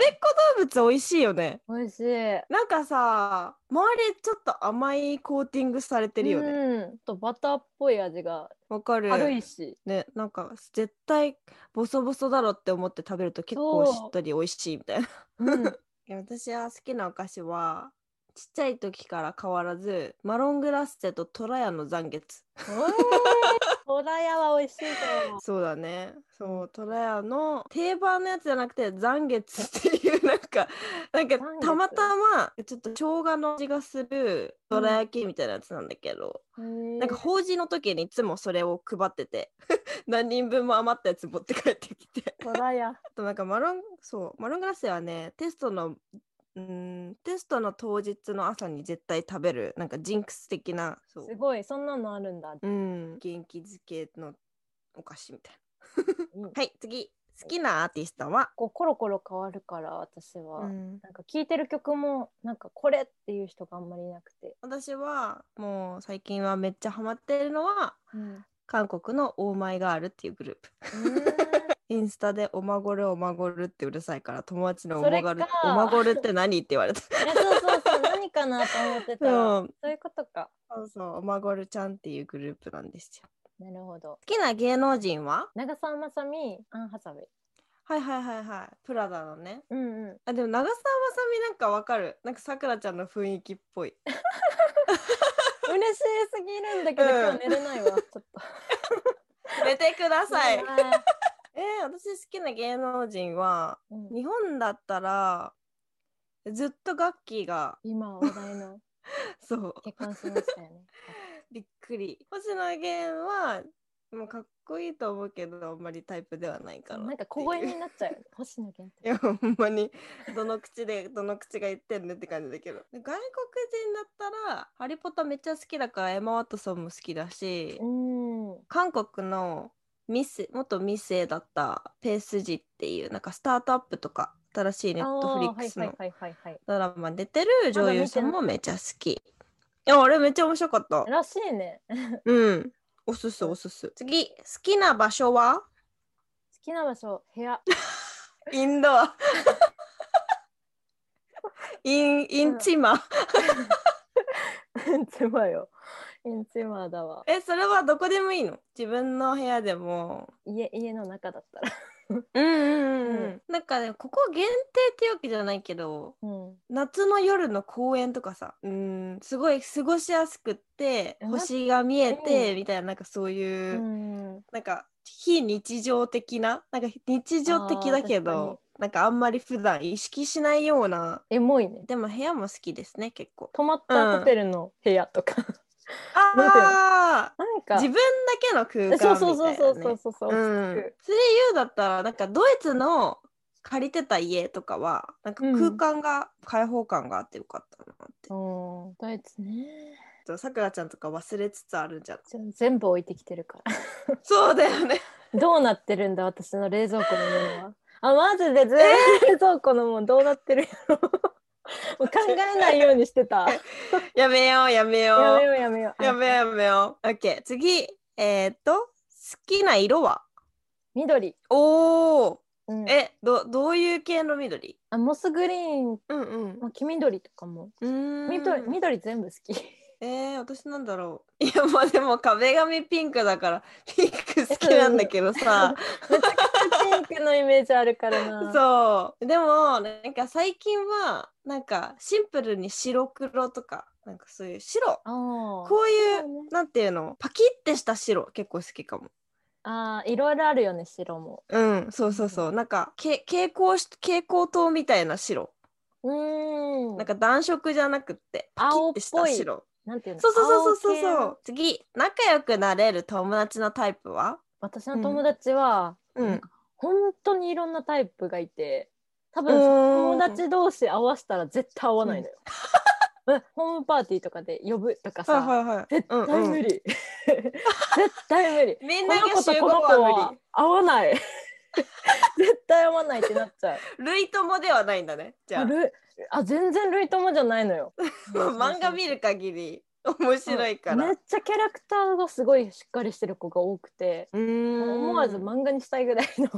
Speaker 1: 物美味しいよね。
Speaker 2: た美味しい
Speaker 1: なんかさ、周りちょっと甘いコーティングされてるよね。
Speaker 2: うんあとバターっぽい味が
Speaker 1: わかる。
Speaker 2: 軽いし
Speaker 1: ね、なんか絶対ボソボソだろって思って食べると結構
Speaker 2: そ
Speaker 1: [LAUGHS]
Speaker 2: う
Speaker 1: しっとり美味しいみたいな。
Speaker 2: うん
Speaker 1: いや私は好きなお菓子はちっちゃい時から変わらずマロングラッセとトラヤの残月
Speaker 3: トラヤは美味しいと思う。
Speaker 1: そうだねそうトラヤの定番のやつじゃなくて残月っていうなんかなんか
Speaker 2: 残月
Speaker 1: たまたまちょっと生姜の味がするどら焼きみたいなやつなんだけど、なんか法事の時にいつもそれを配ってて [LAUGHS] 何人分も余ったやつ持って帰ってきて
Speaker 3: トラヤ。
Speaker 1: あとなんかマロンそうマロングラッセはねテストのうーんテストの当日の朝に絶対食べるなんかジンクス的なそう
Speaker 2: すごいそんなのあるんだ。
Speaker 1: うん、元気づけのお菓子みたい
Speaker 2: いい
Speaker 1: な
Speaker 2: ね。
Speaker 1: はい次好きなアーティストは、
Speaker 2: こうコロコロ変わるから私は、
Speaker 1: うん
Speaker 2: なんか聴いてる曲もなんかこれっていう人があんまりいなくて。
Speaker 1: 私はもう最近はめっちゃハマってるのは
Speaker 2: うん
Speaker 1: 韓国のオーマイガールっていうグループインスタでおまごるおまごるってうるさいから友達のおまごる
Speaker 2: それか
Speaker 1: おまごるって何って言われた
Speaker 3: いやそうそうそう何かなと思ってたら。
Speaker 1: そう
Speaker 2: そういうことか。
Speaker 1: そうそうおまごるちゃんっていうグループなんですよ
Speaker 2: なるほど。
Speaker 1: 好きな芸能人は
Speaker 2: 長澤まさみ、アンハサウェイ。
Speaker 1: はいはいはいはいプラダのね
Speaker 2: うんうん。
Speaker 1: あでも長澤まさみなんかわかるなんかさくらちゃんの雰囲気っぽい
Speaker 2: [LAUGHS] 嬉しすぎるんだけど、
Speaker 1: うん
Speaker 2: 今日寝れないわ。ち [LAUGHS] ょっと。
Speaker 1: 寝てください
Speaker 2: 寝。れない
Speaker 1: えー私好きな芸能人は
Speaker 2: うん
Speaker 1: 日本だったらずっとガッキーが
Speaker 2: 今話題の
Speaker 1: そう
Speaker 2: 結婚し [LAUGHS] ましたよね。
Speaker 1: びっくり星野源はもうかっこいいと思うけどあんまりタイプではないから
Speaker 2: なんか小声
Speaker 1: ってい
Speaker 2: に
Speaker 1: う
Speaker 2: なっちゃうよね。星野源っ
Speaker 1: い
Speaker 2: て。
Speaker 1: やほんまにどの口でどの口が言ってんねって感じだけど外国人だったら「ハリポタ」めっちゃ好きだからエマ・ワトソンも好きだし
Speaker 2: うん。
Speaker 1: 韓国のミス元ミス A だったペースジっていうなんかスタートアップとか新しいネットフリックス
Speaker 2: あー
Speaker 1: の
Speaker 2: はいはいはいはいはい。
Speaker 1: ドラマに出てる女優さんもめっちゃ好き。いやあれめっちゃ面白かった。
Speaker 2: らしいね。好
Speaker 1: うん。おすすおすす。次好きな場所は
Speaker 2: きな場所、部屋。
Speaker 1: イン
Speaker 2: [LAUGHS]
Speaker 1: ドア。インインチマ。
Speaker 2: インチマよ。インチマだわ。
Speaker 1: えそれはどこでもいいの？自分の部屋でも。
Speaker 2: 家、家の中だったら。
Speaker 1: うんうん
Speaker 2: うん
Speaker 1: なんかねここ限定ってわけじゃないけど。
Speaker 2: うん。
Speaker 1: 夏の夜の公園とかさうんすごい過ごしやすくって
Speaker 2: うん
Speaker 1: 星が見え
Speaker 2: う
Speaker 1: てみたいななんかそういうう、
Speaker 2: ん。
Speaker 1: なんか非日常的ななんか日常的だけ
Speaker 2: あー確
Speaker 1: どなんかあんまり普段意識しないような
Speaker 2: エモいね。
Speaker 1: でも部屋も好きですね結構
Speaker 2: 泊まったホテルの部屋とか。なんていうの
Speaker 1: ああ
Speaker 2: [LAUGHS] なんか。
Speaker 1: 自分だけの空間みたい
Speaker 2: そ
Speaker 1: な、
Speaker 2: う
Speaker 1: ね、
Speaker 2: そうそうそうそうそうそう。
Speaker 1: うん、それ言うだったらなんかドイツの借りてた家とかはなんか空間が開放感があってよかったなって
Speaker 2: うん。ドイツね。
Speaker 1: ちょっとさくらちゃんとか忘れつつあるんじゃない
Speaker 2: じゃあ全部置いてきてるから。 [LAUGHS]
Speaker 1: そうだよね。
Speaker 2: どうなってるんだ私の冷蔵庫のものは。あマジで全部冷蔵庫のものどうなってるや
Speaker 1: [LAUGHS]
Speaker 2: ろ。もう考えないようにしてた。
Speaker 1: や
Speaker 2: や
Speaker 1: めようやめよう。
Speaker 2: めようやめよう。
Speaker 1: やめようやめよう。オッケー次えーっと好きな色は
Speaker 2: 緑。
Speaker 1: おお、
Speaker 2: うん、
Speaker 1: えどどういう系の緑
Speaker 2: あモスグリーン、
Speaker 1: うんうん
Speaker 2: まあ、黄緑とかも。
Speaker 1: うん
Speaker 2: 緑緑全部好き。
Speaker 1: えー、私なんだろういやまあでも壁紙ピンクだからピンク好きなんだけどさ
Speaker 2: ピンクのイメージあるからな。
Speaker 1: そうでもなんか最近はなんかシンプルに白黒とかなんかそういう白
Speaker 2: あー
Speaker 1: こうい
Speaker 2: そうね
Speaker 1: うなんていうのパキってした白結構好きかも
Speaker 2: あーいろいろあるよね白も。
Speaker 1: うんそうそうそうなんかけ蛍光し蛍光灯みたいな白
Speaker 2: うーん。
Speaker 1: なんか暖色じゃなくってパキってした
Speaker 2: 青っぽい
Speaker 1: 白
Speaker 2: なんていうの。
Speaker 1: そうそうそうそう
Speaker 2: 青系
Speaker 1: そ
Speaker 2: の
Speaker 1: う次仲良くなれる友達のタイプは
Speaker 2: 私の友達は、
Speaker 1: うん
Speaker 2: 本当にいろんなタイプがいて多分
Speaker 1: うーん
Speaker 2: 友達同士合わせたら絶対合わないのよ。え [LAUGHS] ホームパーティーとかで呼ぶとかさ、
Speaker 1: はいはいはい
Speaker 2: 絶対無理、 [LAUGHS] 絶対無理
Speaker 1: みん
Speaker 2: こ
Speaker 1: な
Speaker 2: の
Speaker 1: が
Speaker 2: 子と
Speaker 1: 集
Speaker 2: こ
Speaker 1: 合
Speaker 2: の子
Speaker 1: は
Speaker 2: は合わ
Speaker 1: [LAUGHS]
Speaker 2: ない絶対合わないってなっちゃう
Speaker 1: 無理類友ではないんだねじゃ
Speaker 2: あ
Speaker 1: あ
Speaker 2: るあ全然類友じゃないのよ
Speaker 1: [LAUGHS] 漫画見る限り面白いか
Speaker 2: め
Speaker 1: ら
Speaker 2: っちゃキャラクターがすごいしっかりしてる子が多くて思
Speaker 1: 思
Speaker 2: わず漫画にしたいぐらいの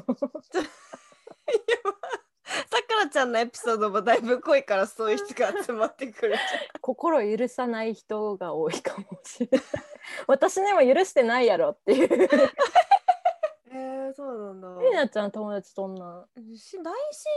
Speaker 1: さくらちゃんのエピソードもだいぶ濃いからそういう人が集まってくる
Speaker 2: 心許さない人が多いか [LAUGHS] もしれない私にも許してないやろっていう
Speaker 1: えー、そうなんだ。
Speaker 2: りなちゃんの友達そんな。
Speaker 1: し大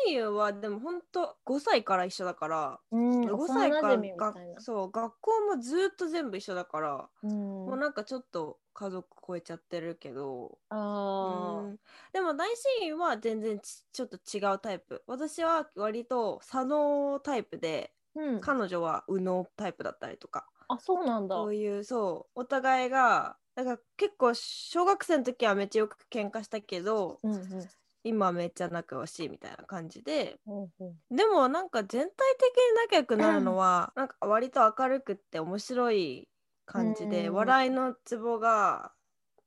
Speaker 1: 親友はでも本当5歳から一緒だから、
Speaker 2: うん
Speaker 1: 5歳から
Speaker 2: みたい
Speaker 1: が
Speaker 2: な。
Speaker 1: そう学校もずっと全部一緒だから、
Speaker 2: うん
Speaker 1: もうなんかちょっと家族超えちゃってるけど、
Speaker 2: あ
Speaker 1: うんでも大親友は全然ちちょっと違うタイプ私は割と左脳タイプで
Speaker 2: ーうん
Speaker 1: 彼女は右脳タイプだったりとか
Speaker 2: あ、そうなんだ。
Speaker 1: そういうそうお互いがだから結構小学生の時はめっちゃよく喧嘩したけど
Speaker 2: うんうん
Speaker 1: 今はめっちゃ仲良しみたいな感じで
Speaker 2: うんうん
Speaker 1: でもなんか全体的に仲良くなるのはなんか割と明るくって面白い感じで
Speaker 2: うん
Speaker 1: 笑いのツボが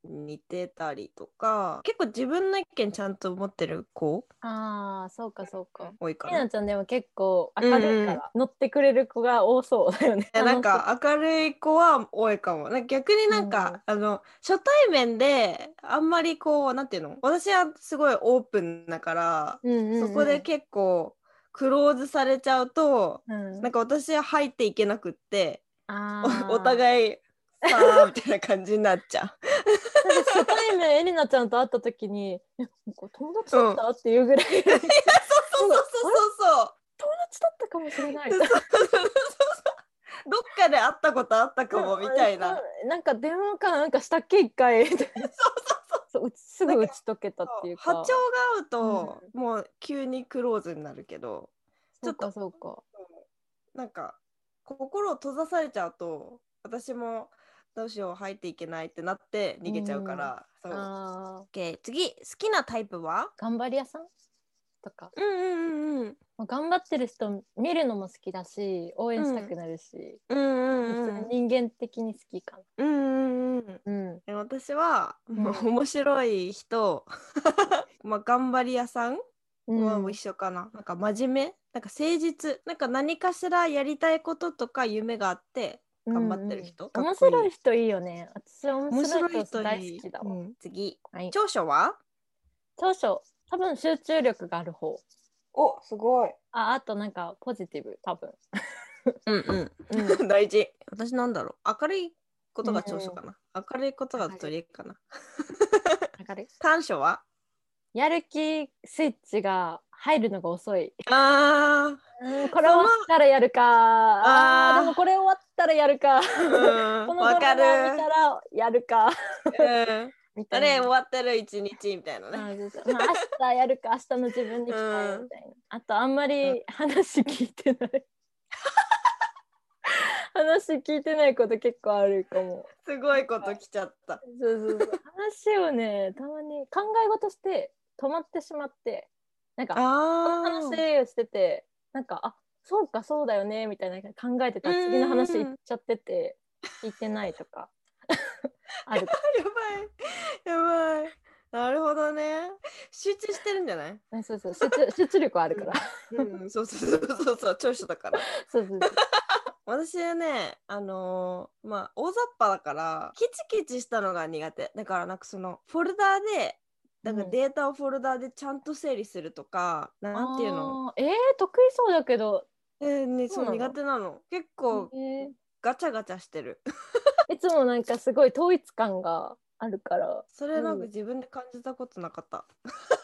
Speaker 1: 似てたりとか結構自分の意見ちゃんと持ってる子
Speaker 2: ああ、そうかそうか。
Speaker 1: 多いか
Speaker 2: りな
Speaker 1: な。
Speaker 2: ちゃんでも結構明るいか
Speaker 1: うん
Speaker 2: ら乗ってくれる子が多そうだよね。
Speaker 1: いやなんか明るい子は多いかもなんか逆になんか、あの初対面であんまりこうなんていうの私はすごいオープンだから、
Speaker 2: うんうんうん、
Speaker 1: そこで結構クローズされちゃうと
Speaker 2: うん、
Speaker 1: なんか私は入っていけなくって
Speaker 2: あー
Speaker 1: お [LAUGHS] お互いさあみたいな感じになっちゃ
Speaker 2: なんか初対面エリナちゃんと会った時に「えなんか友達だった?」っていうぐらい友達だ
Speaker 1: う。 [LAUGHS] そうそう
Speaker 2: ったかもしれ
Speaker 1: [LAUGHS]
Speaker 2: ない
Speaker 1: そうそうそうそうそうそう。どっかで会ったことあったかもみたいな。
Speaker 2: うんなんか電話かなんかしたっけ一
Speaker 1: [LAUGHS]
Speaker 2: 回そうそうそう打ちすぐ打ち解けたっていうか
Speaker 1: 波長が合うと、もう急にクローズになるけどち
Speaker 2: そ
Speaker 1: ょ
Speaker 2: う
Speaker 1: っと
Speaker 2: かそうか
Speaker 1: なんか心を閉ざされちゃうと私もどうしよう入っていけないってなって逃げちゃうから、そう。
Speaker 2: あー
Speaker 1: OK 次好きなタイプは
Speaker 2: 頑張り屋さんとか
Speaker 1: うんうんうん
Speaker 2: もう頑張ってる人見るのも好きだし応援したくなるし、
Speaker 1: うんうんう
Speaker 2: 普
Speaker 1: ん
Speaker 2: 通に人間的に好きか
Speaker 1: うんうんうん
Speaker 2: なうん
Speaker 1: え私は、もう面白い人 [LAUGHS] まあ頑張り屋さんは
Speaker 2: うん
Speaker 1: 一緒かな、なんか真面目なんか誠実なんか何かしらやりたいこととか夢があって頑張ってる人、
Speaker 2: うんうん
Speaker 1: か
Speaker 2: 面
Speaker 1: っこ
Speaker 2: 白い人いいよね私は面
Speaker 1: 面白い
Speaker 2: 白い人
Speaker 1: 人
Speaker 2: 大
Speaker 1: いい
Speaker 2: 好きだ
Speaker 1: う
Speaker 2: わ、
Speaker 1: ん次
Speaker 2: はい
Speaker 1: 長所は
Speaker 2: 長所多分集中力がある方
Speaker 1: おすごい
Speaker 2: ああとなんかポジティブ多分、
Speaker 1: うん
Speaker 2: うん
Speaker 1: [LAUGHS] う、ん大事私なんだろう明るいことが長所かな、明るいことが取り柄かな
Speaker 2: 明るい
Speaker 1: 短所は
Speaker 2: やる気スイッチが入るのが遅い、
Speaker 1: あ
Speaker 2: うん、これ終わったらやるかあ
Speaker 1: あー
Speaker 2: ーでもこれ終わったらやる [LAUGHS] か
Speaker 1: ーう [LAUGHS]
Speaker 2: こ
Speaker 1: ん
Speaker 2: の
Speaker 1: わ
Speaker 2: ド
Speaker 1: か
Speaker 2: ラ
Speaker 1: る
Speaker 2: マを見たらやるか
Speaker 1: うん
Speaker 2: みた
Speaker 1: あ
Speaker 2: いな
Speaker 1: れ終わってる一日みたいなね、
Speaker 2: あーそうそうまあ明日やるか明日の自分に期待みたいな、あとあんまり話聞いてない [LAUGHS] 話聞いてないこと結構あるかも
Speaker 1: すごいこと来ちゃった。
Speaker 2: そうそうそう話をねたまに考え事して止まってしまってなんかこの
Speaker 1: あ
Speaker 2: 話をしててなんかあそうかそうだよねみたいな考えてたら次の話行っちゃってて聞いてないとか [LAUGHS] あるか
Speaker 1: やばい。やばい。なるほどね。集中してるんじゃない
Speaker 2: もそうそう集中集中力はあ [LAUGHS] るから
Speaker 1: うん、 [LAUGHS] そうそうそうそうそう、長所だから。
Speaker 2: そうそうそう
Speaker 1: 私はね、あのーまあ、大雑把だから、キチキチしたのが苦手。だから、なんかその、フォルダーで、なんか
Speaker 2: うん
Speaker 1: データをフォルダーでちゃんと整理するとか、なんていうの、
Speaker 2: あーえー、得意そうだけど、
Speaker 1: えーね、
Speaker 2: そ
Speaker 1: そう
Speaker 2: な
Speaker 1: う
Speaker 2: の
Speaker 1: 苦手なの。結
Speaker 2: え
Speaker 1: 構、
Speaker 2: ー
Speaker 1: ガチャガチャしてる。 [LAUGHS]
Speaker 2: いつもなんかすごい統一感があるから
Speaker 1: それなん
Speaker 2: うん
Speaker 1: か自分で感じたことなかった。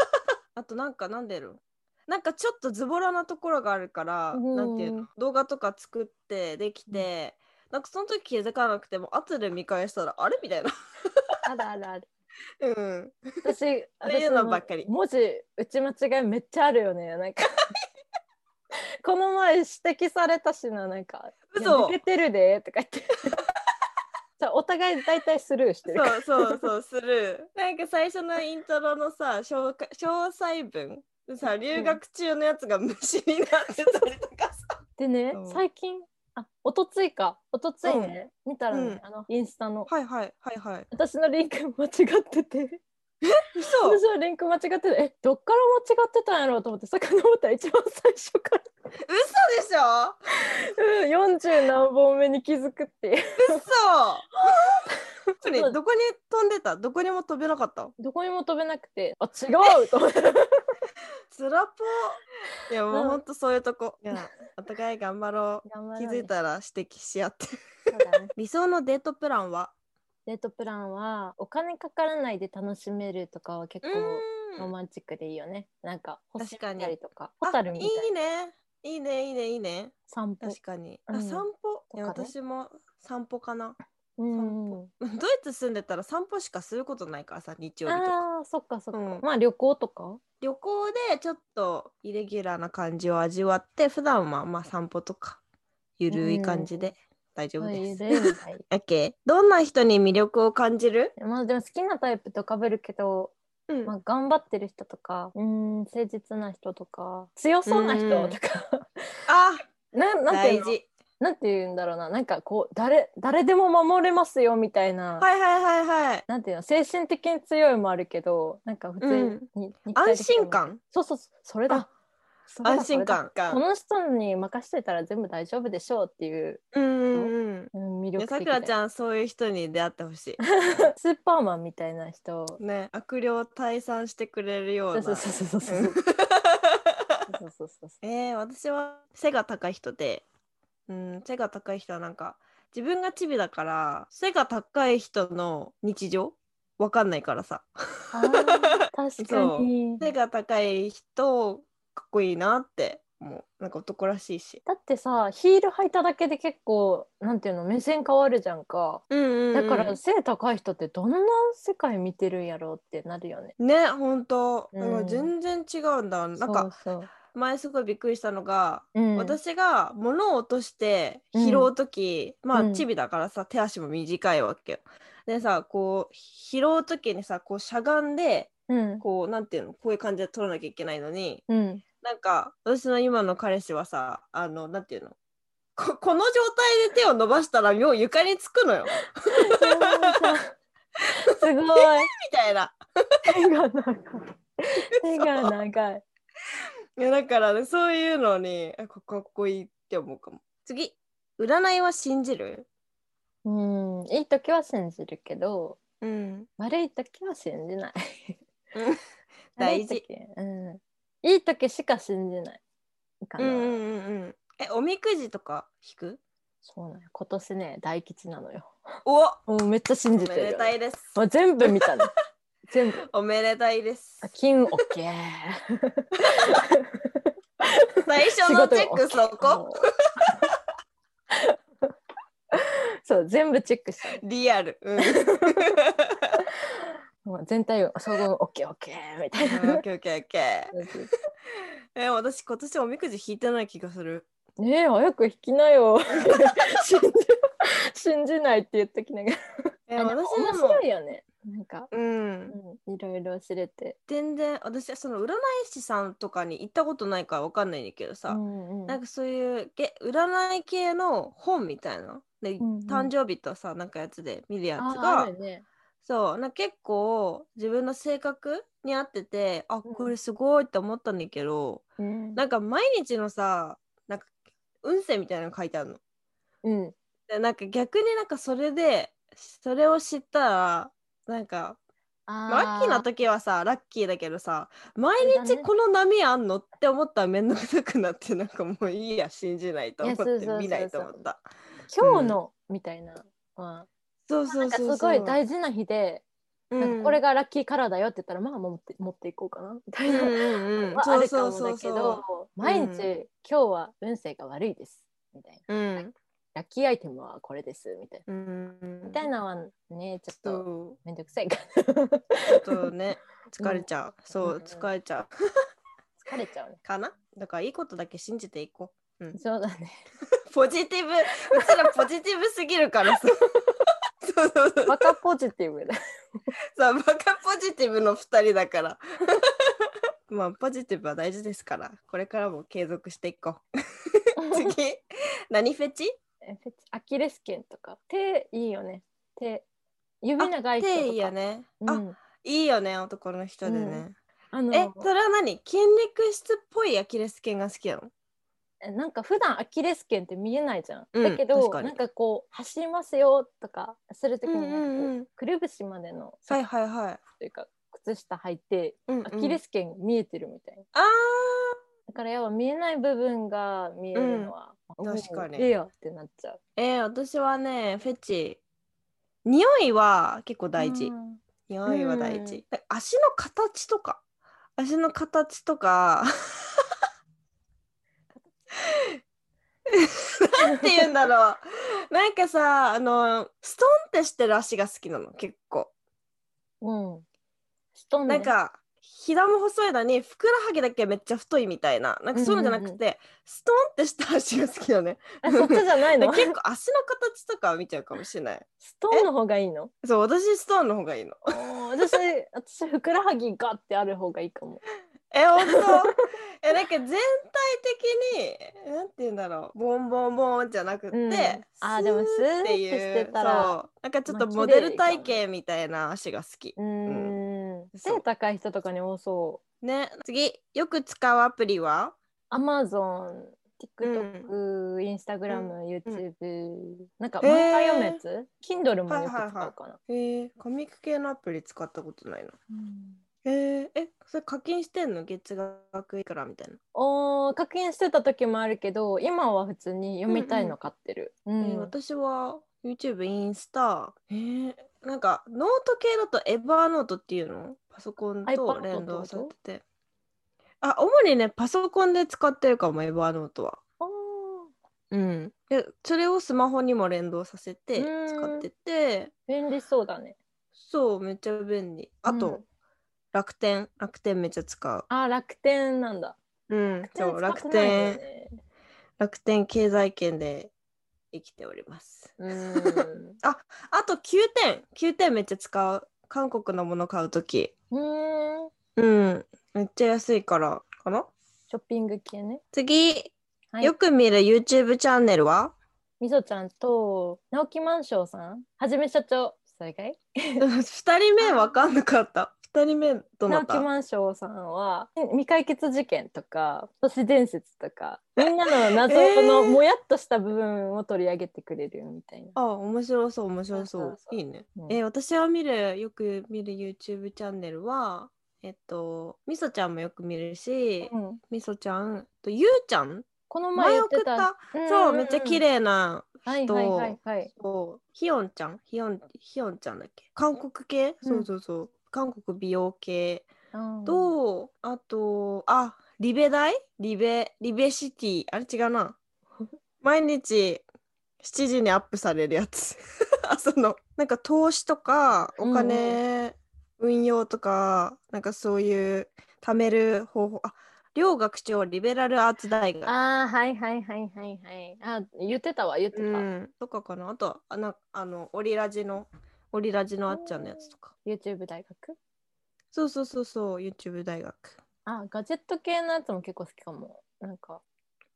Speaker 1: [LAUGHS] あとなんかなんでるなんかちょっとズボラなところがあるから、
Speaker 2: うん
Speaker 1: なんていうの動画とか作ってできて、なんかその時気づかなくても後で見返したらあれみたいな。 [LAUGHS]
Speaker 2: あるあるある
Speaker 1: うん。
Speaker 2: [LAUGHS] 私、
Speaker 1: そういうのばっかり
Speaker 2: 私も文字打ち間違いめっちゃあるよね。なん [LAUGHS] かこの前指摘されたしななんか「いや
Speaker 1: 嘘
Speaker 2: 抜けてるで」とか言って
Speaker 1: [LAUGHS]
Speaker 2: そうお互い大体スルーしてるから
Speaker 1: そうそうそうする。 [LAUGHS] なんか最初のイントロのさ紹介詳細文さ留学中のやつが虫になってたりとかさ。
Speaker 2: でね
Speaker 1: そう
Speaker 2: 最近あおとついかおとついね、見たらね、
Speaker 1: うん
Speaker 2: あのインスタの
Speaker 1: [LAUGHS] はいはいはいはい。
Speaker 2: 私のリンク間違ってて
Speaker 1: 嘘
Speaker 2: 私のリンク間違っててえどっから間違ってたんやろうと思ってさかのぼったら一番最初から、
Speaker 1: 嘘でしょ
Speaker 2: うん、40何本目に気づくっていう
Speaker 1: そう。 [LAUGHS] それ
Speaker 2: そう
Speaker 1: どこに飛んでた？どこにも飛べなかった。
Speaker 2: どこにも飛べなくて、あ、違うと思
Speaker 1: [LAUGHS]
Speaker 2: って。
Speaker 1: つらぽ。いやも
Speaker 2: う
Speaker 1: うんほんとそういうとこ。いやお互い頑張ろう。
Speaker 2: 頑張
Speaker 1: 気づいたら指摘し合って。
Speaker 2: そうだね
Speaker 1: 理想のデートプランは？
Speaker 2: デートプランはお金かからないで楽しめるとかは結構ロ
Speaker 1: ん。
Speaker 2: マンチックでいいよね。なんか星
Speaker 1: 確か
Speaker 2: 見
Speaker 1: に
Speaker 2: たりとか、ホタ
Speaker 1: あ
Speaker 2: ルみたい
Speaker 1: いい
Speaker 2: な
Speaker 1: ね。いいね、いいね、いいね。
Speaker 2: 散歩。
Speaker 1: 確かに。
Speaker 2: う
Speaker 1: あ、
Speaker 2: ん
Speaker 1: 散歩。いや、
Speaker 2: とかね
Speaker 1: 私も散歩かな。 [LAUGHS]
Speaker 2: うんうん。
Speaker 1: ドイツ住んでたら散歩しかすることないからさ、日曜日とか。
Speaker 2: ああ、そっかそっか。
Speaker 1: うん
Speaker 2: まあ旅行とか。
Speaker 1: 旅行でちょっとイレギュラーな感じを味わって、普段はまあ散歩とか、ゆるい感じで大丈夫
Speaker 2: そうい
Speaker 1: で
Speaker 2: う
Speaker 1: す。
Speaker 2: 例みたい
Speaker 1: OK。どんな人に魅力を感じる
Speaker 2: まあでも好きなタイプとかぶるけど、
Speaker 1: うん
Speaker 2: まあ、頑張ってる人とか、うん、誠実な人とか、強そうな人とか、
Speaker 1: あ、
Speaker 2: [LAUGHS] なんなんて
Speaker 1: 大
Speaker 2: いうの
Speaker 1: 事。
Speaker 2: なんていうんだろうな、なんかこう、誰、誰でも守れますよみたいな、
Speaker 1: はいはいはいはい。
Speaker 2: なんていうの、精神的に強いもあるけど、なんか普通に、肉体
Speaker 1: 安
Speaker 2: 的にも
Speaker 1: 心。感
Speaker 2: そうそうそう、それだ
Speaker 1: あ。
Speaker 2: それだ
Speaker 1: 安心。感。
Speaker 2: それだこの人に任せてたら全部大丈夫でしょうっていう、
Speaker 1: うんうんうん。
Speaker 2: うん、魅
Speaker 1: いや
Speaker 2: 力的
Speaker 1: さくら
Speaker 2: だよ
Speaker 1: ちゃんそういう人に出会ってほし
Speaker 2: [LAUGHS] スーパーマンみたいな人。
Speaker 1: いね悪霊退散してくれるよう
Speaker 2: そう
Speaker 1: な
Speaker 2: そうそうそうそううんそうそうそうそ
Speaker 1: えー、私は背が高い人で、うん、背が高い人はなんか自分がチビだから背が高い人の日常わかんないからさ
Speaker 2: うあー確かに。
Speaker 1: 背が高い人かっこいいなってもうなんか男らしいし、
Speaker 2: だってさヒール履いただけで結構なんていうの目線変わるじゃんか。
Speaker 1: うんうんうん
Speaker 2: だから背高い人ってどんな世界見てるんやろうってなるよね。
Speaker 1: ね本当、
Speaker 2: うん
Speaker 1: だから全然違うんだなんか
Speaker 2: そうそう
Speaker 1: 前すごいびっくりしたのが、
Speaker 2: うん、
Speaker 1: 私が物を落として拾う時、まあ
Speaker 2: うん
Speaker 1: チビだからさ手足も短いわけよ。でさこう拾う時にさこうしゃがんで
Speaker 2: うん
Speaker 1: こうなんていうのこういう感じで取らなきゃいけないのに
Speaker 2: うん、
Speaker 1: なんか私の今の彼氏はさあのなんていうのここの状態で手を伸ばしたらもう床につくのよ
Speaker 2: [LAUGHS] すごい
Speaker 1: みたいな。
Speaker 2: 手が長い手が長い
Speaker 1: いやだからねそういうのにあかっこいいって思うかも。次占いは信じる
Speaker 2: うんいい時は信じるけど
Speaker 1: うん
Speaker 2: 悪い時は信じない [LAUGHS]
Speaker 1: うん。大事
Speaker 2: 悪い時。うん。いい時しか信じない。か
Speaker 1: う
Speaker 2: な。
Speaker 1: んうんうんうん。え、おみくじとか引く
Speaker 2: そうなのよ。今年ね、大吉なのよ。
Speaker 1: お
Speaker 2: もうめっちゃ信
Speaker 1: お
Speaker 2: じ
Speaker 1: め
Speaker 2: てる
Speaker 1: で
Speaker 2: よ、
Speaker 1: たい
Speaker 2: ね。
Speaker 1: です。
Speaker 2: もう全部見
Speaker 1: [LAUGHS]
Speaker 2: たの。全部。
Speaker 1: おめでたいです。
Speaker 2: あ金オッ
Speaker 1: [LAUGHS]
Speaker 2: ケー。
Speaker 1: 最初のチェック
Speaker 2: 仕事
Speaker 1: そ
Speaker 2: も OK
Speaker 1: こ。 [LAUGHS]
Speaker 2: そう全部チェックしたの
Speaker 1: リアル。
Speaker 2: [LAUGHS]
Speaker 1: うん。
Speaker 2: もう全体を総合オッケーオッケーみた
Speaker 1: オ
Speaker 2: いな
Speaker 1: ッケーオッケーオッケ [LAUGHS] ー。え、私今年おみくじ引いてない気がする。
Speaker 2: ねえ早く引きなよ
Speaker 1: [LAUGHS]
Speaker 2: 信じ [LAUGHS] 信じないって言っときながら
Speaker 1: え、
Speaker 2: あ
Speaker 1: 私
Speaker 2: で
Speaker 1: で
Speaker 2: も面
Speaker 1: も
Speaker 2: 白。いよねなんか、
Speaker 1: うん、
Speaker 2: うん、いろいろ知れて
Speaker 1: 全然私はその占い師さんとかに行ったことないからわかんないんだけどさ、
Speaker 2: うんうん
Speaker 1: なんかそういうげ占い系の本みたいなで、
Speaker 2: んうん
Speaker 1: 誕生日とさなんかやつで見るやつ
Speaker 2: あ
Speaker 1: が
Speaker 2: あるね
Speaker 1: そうなんか結構自分の性格に合っててあこれすごいって思ったんだけど、
Speaker 2: うん
Speaker 1: なんか毎日のさなんか運勢みたいなの書いてあるの。
Speaker 2: うん
Speaker 1: でなんか逆になんかそれでそれを知ったらなんかまあラッキーな時はさラッキーだけどさ毎
Speaker 2: そうだ
Speaker 1: 日
Speaker 2: ね
Speaker 1: この波あんのって思ったら面倒くさくなってなんかもういいや信じないと思
Speaker 2: いやそう
Speaker 1: って
Speaker 2: そうそうそう
Speaker 1: 見ないと思った。
Speaker 2: 今日の、みたいなまあ
Speaker 1: そうそ
Speaker 2: な
Speaker 1: うん
Speaker 2: か
Speaker 1: そう
Speaker 2: す
Speaker 1: そう
Speaker 2: ごい大事な日で、なんかこれ
Speaker 1: が、
Speaker 2: がラッキーカラーだよって言ったらまあ持って持っていこうかなみた
Speaker 1: う
Speaker 2: い
Speaker 1: んう
Speaker 2: な、
Speaker 1: んうん、
Speaker 2: はあ
Speaker 1: そう
Speaker 2: るか
Speaker 1: そ
Speaker 2: も
Speaker 1: うそう
Speaker 2: だけど
Speaker 1: そ
Speaker 2: 毎日、
Speaker 1: う
Speaker 2: 今日は運勢が悪いですみたい
Speaker 1: う。う
Speaker 2: な
Speaker 1: ん
Speaker 2: ラッキーアイテムはこれですみたいな、
Speaker 1: うん、
Speaker 2: みたいなのはねちょっと
Speaker 1: そう
Speaker 2: めんどくさいか
Speaker 1: ちょっとね疲れちゃう、そう
Speaker 2: うん
Speaker 1: 疲れちゃう
Speaker 2: ら疲れちゃうね
Speaker 1: かなだからいいことだけ信じていこ
Speaker 2: そうだね
Speaker 1: う [LAUGHS] ポジティブうちらポジティブすぎるからさ [LAUGHS] そうそうそう
Speaker 2: バカポジティブだ
Speaker 1: さバカポジティブの2人だから [LAUGHS] まあポジティブは大事ですからこれからも継続していこう次何フェチ
Speaker 2: えフェチアキレス腱とか手いいよね手指長い人とか
Speaker 1: 手いいよね、
Speaker 2: う
Speaker 1: あ
Speaker 2: ん、
Speaker 1: いいよね男の人でね、
Speaker 2: うんあ
Speaker 1: え
Speaker 2: の
Speaker 1: それは何筋肉質っぽいアキレス腱が好きなの
Speaker 2: えなんか普段アキレス腱って見えないじゃん、
Speaker 1: うん
Speaker 2: だけ
Speaker 1: 確
Speaker 2: ど
Speaker 1: かに
Speaker 2: なんかこう走りますよとかする時に、こ
Speaker 1: ん
Speaker 2: うくるぶしまでのソ
Speaker 1: はい
Speaker 2: ック
Speaker 1: はいはい
Speaker 2: スというか靴下履いて
Speaker 1: うんうん
Speaker 2: アキレス腱見えてるみたいな、
Speaker 1: あー
Speaker 2: だからやっぱ見えない部分が見えるのは、
Speaker 1: うん確かに
Speaker 2: ええやってなっちゃう
Speaker 1: えー、私はねフェチ匂いは結構大事。
Speaker 2: うん
Speaker 1: 匂いは大
Speaker 2: う
Speaker 1: 事。え足の形とか、足の形とか。なんて言うんだろう。なんかさ、あの、ストンってしてる足が好きなの、結構。
Speaker 2: うん。ストンね
Speaker 1: なんか、ひだも細いのに、ふくらはぎだけめっちゃ太いみたいな、なんかそういうのじゃなくて、
Speaker 2: うん
Speaker 1: ストンってした足が好きなのね。
Speaker 2: あそっちじゃない
Speaker 1: で
Speaker 2: の
Speaker 1: 結構足の形とかは見ちゃうかもしれない。
Speaker 2: ストーンの方がいいの
Speaker 1: そう、私ストーンの方がいいの。
Speaker 2: 私私ふくらはぎがってある方がいいかも
Speaker 1: え、
Speaker 2: [LAUGHS]
Speaker 1: 本当え、なんか全体的に、なんて言うんだろう、ボンボンボンじゃなくって、
Speaker 2: うんあーでもスーッてしてたら
Speaker 1: そう、なんかちょっと
Speaker 2: まあ
Speaker 1: モデル
Speaker 2: 綺麗かも
Speaker 1: 体型みたいな足が好き。
Speaker 2: うーん
Speaker 1: そう
Speaker 2: 背高い人とかに多そう
Speaker 1: ね、次、よく使うアプリは
Speaker 2: アマゾン
Speaker 1: う
Speaker 2: TikTok、Instagram、
Speaker 1: う
Speaker 2: YouTube、なんか
Speaker 1: へー
Speaker 2: 漫画読むやつ Kindle もよく使うかな、
Speaker 1: えー、コミック系のアプリ使ったことないな。えー、え、それ課金してんの月額いくらみたいな。
Speaker 2: おー課金してた時もあるけど今は普通に読みたいの買ってる、うん
Speaker 1: えー私は YouTube、インスタ、えーなんかノート系だとエバーノートっていうのパソコン
Speaker 2: iPad
Speaker 1: と連動されてて。あ、主にね、パソコンで使ってるかも、エバーノートは。
Speaker 2: おー
Speaker 1: うん。で、それをスマホにも連動させて
Speaker 2: うん
Speaker 1: 使ってて、
Speaker 2: 便利そうだね
Speaker 1: そう、めっちゃ便利。あと、
Speaker 2: うん
Speaker 1: 楽天、楽天めっちゃ使う。
Speaker 2: あー楽天なんだ
Speaker 1: うん、そう、
Speaker 2: 楽
Speaker 1: 楽
Speaker 2: 天使
Speaker 1: 天
Speaker 2: っ、て
Speaker 1: 楽天経済圏で生きております。
Speaker 2: ないよねうん
Speaker 1: あと9点9点めっちゃ使う韓国のもの買うとき
Speaker 2: [LAUGHS] うーん
Speaker 1: うんめっちゃ安いからかな
Speaker 2: ショッピング系ね。
Speaker 1: 次、
Speaker 2: はい
Speaker 1: よく見る YouTube チャンネルは [LAUGHS]
Speaker 2: みそちゃんと直木マンションさん、はじめ社長、それかい
Speaker 1: 2人目わかんなかった2人目どな
Speaker 2: 直木
Speaker 1: た
Speaker 2: マンションさんは未解決事件とか都市伝説とかみんなの謎
Speaker 1: えー
Speaker 2: のもやっとした部分を取り上げてくれるみたいな。
Speaker 1: あ面白そう面白そう
Speaker 2: そうそうそう
Speaker 1: いいね、
Speaker 2: うん
Speaker 1: えー私は見るよく見る YouTube チャンネルはえっとみそちゃんもよく見るし、
Speaker 2: うん
Speaker 1: みそちゃんとゆうちゃん
Speaker 2: この前
Speaker 1: 前
Speaker 2: 言っ
Speaker 1: 送ってた、
Speaker 2: た、んんん
Speaker 1: そうめっちゃ綺。麗な
Speaker 2: はいはいはいはい。
Speaker 1: そうヒヨンちゃんヒヨンヒヨンちゃんだっけ韓国系、
Speaker 2: うん
Speaker 1: そうそうそう韓国美容系
Speaker 2: うん
Speaker 1: と、あとあリベ大リベリベシティあれ違うな [LAUGHS] 毎日7時にアップされるやつ [LAUGHS] あそのなんか投資とかお金運用とか、なんかそういう貯める方法あ両学長リベラルアーツ大学
Speaker 2: ああはいはいはいはいはい。あ言ってたわ言ってた、
Speaker 1: うん、とかかなあとはあなあのオリラジのオリラジのあっちゃんのやつとか
Speaker 2: YouTube 大学。
Speaker 1: そうそうそうそう YouTube 大学
Speaker 2: あガジェット系のやつも結構好きかも。なんか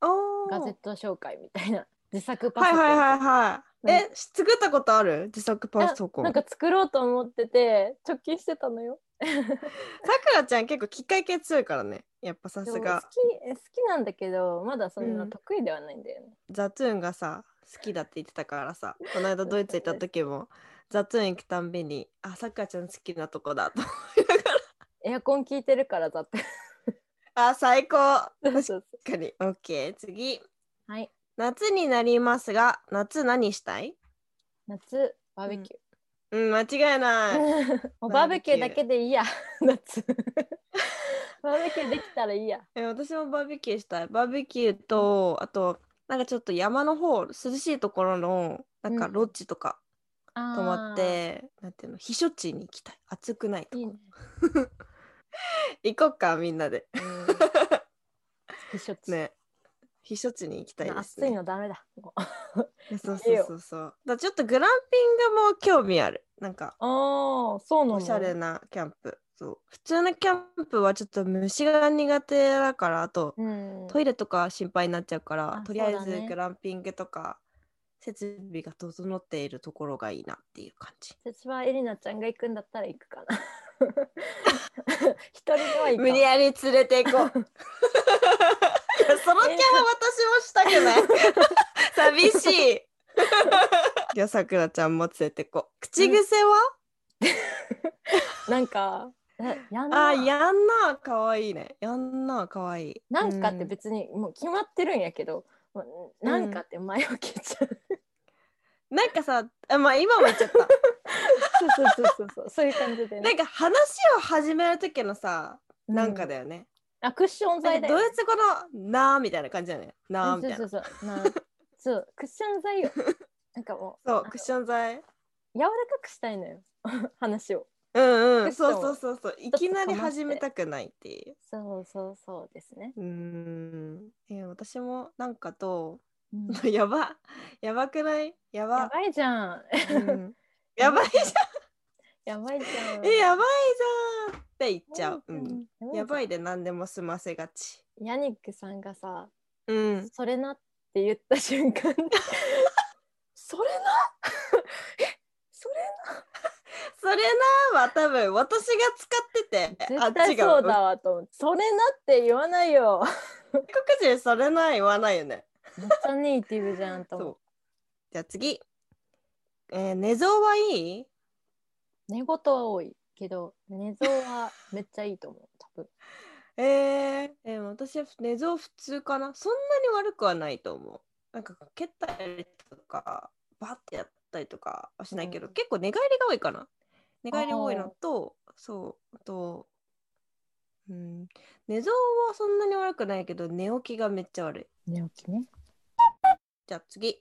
Speaker 1: あ
Speaker 2: ガジェッ
Speaker 1: ー
Speaker 2: ト紹介みたいな [LAUGHS] 自作パ
Speaker 1: は
Speaker 2: ソコ
Speaker 1: い
Speaker 2: ン、
Speaker 1: はいはいはい
Speaker 2: なん
Speaker 1: え作ったことある自作パソコ
Speaker 2: な
Speaker 1: ン
Speaker 2: んか作ろうと思ってて貯金してたのよ
Speaker 1: さくらちゃん結構機械系強いからねやっぱさ
Speaker 2: ですも好き好
Speaker 1: が
Speaker 2: きなんだけどまだそんな
Speaker 1: うん
Speaker 2: 得意ではないんだよね、
Speaker 1: ザトゥーンがさ好きだって言ってたからさこの間ドイツ行った時もザトゥーン行くたんびにあさくらちゃん好きなとこだと [LAUGHS] 思いなが
Speaker 2: エアコン効いてるからだって [LAUGHS]
Speaker 1: らあ最高
Speaker 2: そう
Speaker 1: 確
Speaker 2: そうそ
Speaker 1: かに OK 次
Speaker 2: うはい
Speaker 1: 夏になりますが夏何したい
Speaker 2: 夏バーベキ
Speaker 1: うん、間違い
Speaker 2: ュ
Speaker 1: ない。
Speaker 2: ー、 [LAUGHS] もうバーベキューだけでいいや [LAUGHS] 夏バーベキューできたらいいや
Speaker 1: え私もバーベキューしたい。バーベキューと、あと、なんかちょっと山の方、涼しいところの、なんか
Speaker 2: うん
Speaker 1: ロッジとか泊
Speaker 2: 止
Speaker 1: まって、なんていうの、避暑地に行きたい。暑くないと
Speaker 2: いい
Speaker 1: こ
Speaker 2: ね、
Speaker 1: [LAUGHS] 行こっか、みんなで。
Speaker 2: うん、避暑地、
Speaker 1: ね。避暑地に行きたいです、
Speaker 2: 暑い
Speaker 1: ね。
Speaker 2: のダメだも [LAUGHS]
Speaker 1: いそう
Speaker 2: いい
Speaker 1: そう
Speaker 2: よ
Speaker 1: そうそう。だからちょっとグランピングも興味ある。なんか、
Speaker 2: うああそうなの
Speaker 1: おしゃれなキャンプ。そう。普通のキャンプはちょっと虫が苦手だから、あと、
Speaker 2: うん
Speaker 1: トイレとか心配になっちゃうから
Speaker 2: あ、
Speaker 1: とりあえ
Speaker 2: そうだ
Speaker 1: ず
Speaker 2: ね
Speaker 1: グランピングとか設備が整っているところがいいなっていう感じ。
Speaker 2: 私はエリナちゃんが行くんだったら行く
Speaker 1: [LAUGHS]
Speaker 2: かな。一人では行く。
Speaker 1: 無理やり連れて行こう。そのキャラ私もしたくない。 [LAUGHS] 寂しい。いや、さくらちゃんも連れてこう。口癖は、
Speaker 2: なんか、えやん
Speaker 1: あ
Speaker 2: な
Speaker 1: ー、やんなーかわいいね。やんなーかわいい。
Speaker 2: なんかって
Speaker 1: う [LAUGHS]
Speaker 2: 別にもう決まってるんやけど、もうなんかって前置きちゃう。
Speaker 1: なんかさあまあ今も言っちゃった
Speaker 2: そうそうそう [LAUGHS] そうそういう感じで
Speaker 1: な
Speaker 2: ね
Speaker 1: んか話を始める時のさなんか
Speaker 2: で、
Speaker 1: だよね、
Speaker 2: あクッション
Speaker 1: な
Speaker 2: 材
Speaker 1: んか
Speaker 2: だ
Speaker 1: ド
Speaker 2: よ
Speaker 1: イツ語の「な」みたいな感じだよね「な」みたいな
Speaker 2: そうそうそうなそうクッショ
Speaker 1: [LAUGHS]
Speaker 2: ン材よなんかも
Speaker 1: そうクッション材
Speaker 2: う柔らかくしたいのよ [LAUGHS] 話を
Speaker 1: うんう
Speaker 2: ク
Speaker 1: ん
Speaker 2: ッショ
Speaker 1: そ
Speaker 2: ン
Speaker 1: う
Speaker 2: を
Speaker 1: そうそうそうい
Speaker 2: と
Speaker 1: きなり
Speaker 2: かまして
Speaker 1: 始めたくないっていう
Speaker 2: そうそうそうですね
Speaker 1: うーんえー私もなんかと [LAUGHS]
Speaker 2: うん
Speaker 1: やばやばくないやば
Speaker 2: やばいじゃん [LAUGHS]
Speaker 1: うんやばいじ
Speaker 2: やばいじゃ
Speaker 1: ゃ
Speaker 2: ん
Speaker 1: んえやばいじゃんって言っちゃう、うん、
Speaker 2: うん
Speaker 1: やば
Speaker 2: い
Speaker 1: いで何でも済ませがち
Speaker 2: じゃんヤニックさんがさ
Speaker 1: うん
Speaker 2: それなって言った瞬間 [LAUGHS] それなえそれ
Speaker 1: それなは多分私が使っててあ
Speaker 2: 絶
Speaker 1: っ
Speaker 2: 対
Speaker 1: ちが
Speaker 2: そう
Speaker 1: 外
Speaker 2: だわと思ってそれなって言わないよ
Speaker 1: 国人それな言わないよね
Speaker 2: めっちゃネイティブじゃんと
Speaker 1: そ
Speaker 2: 思っ
Speaker 1: う
Speaker 2: て
Speaker 1: じゃあ次えー、寝相はいい
Speaker 2: 寝言は多いけど寝相はめっちゃいいと思う多分
Speaker 1: えー、えー私は寝相普通かなそんなに悪くはないと思うなんか蹴ったりとかバッてやったりとかはしないけど、
Speaker 2: うん
Speaker 1: 結構寝返りが多いかな寝返り多いのとそうあとうん寝相はそんなに悪くないけど寝起きがめっちゃ悪い
Speaker 2: 寝起きね
Speaker 1: じゃあ次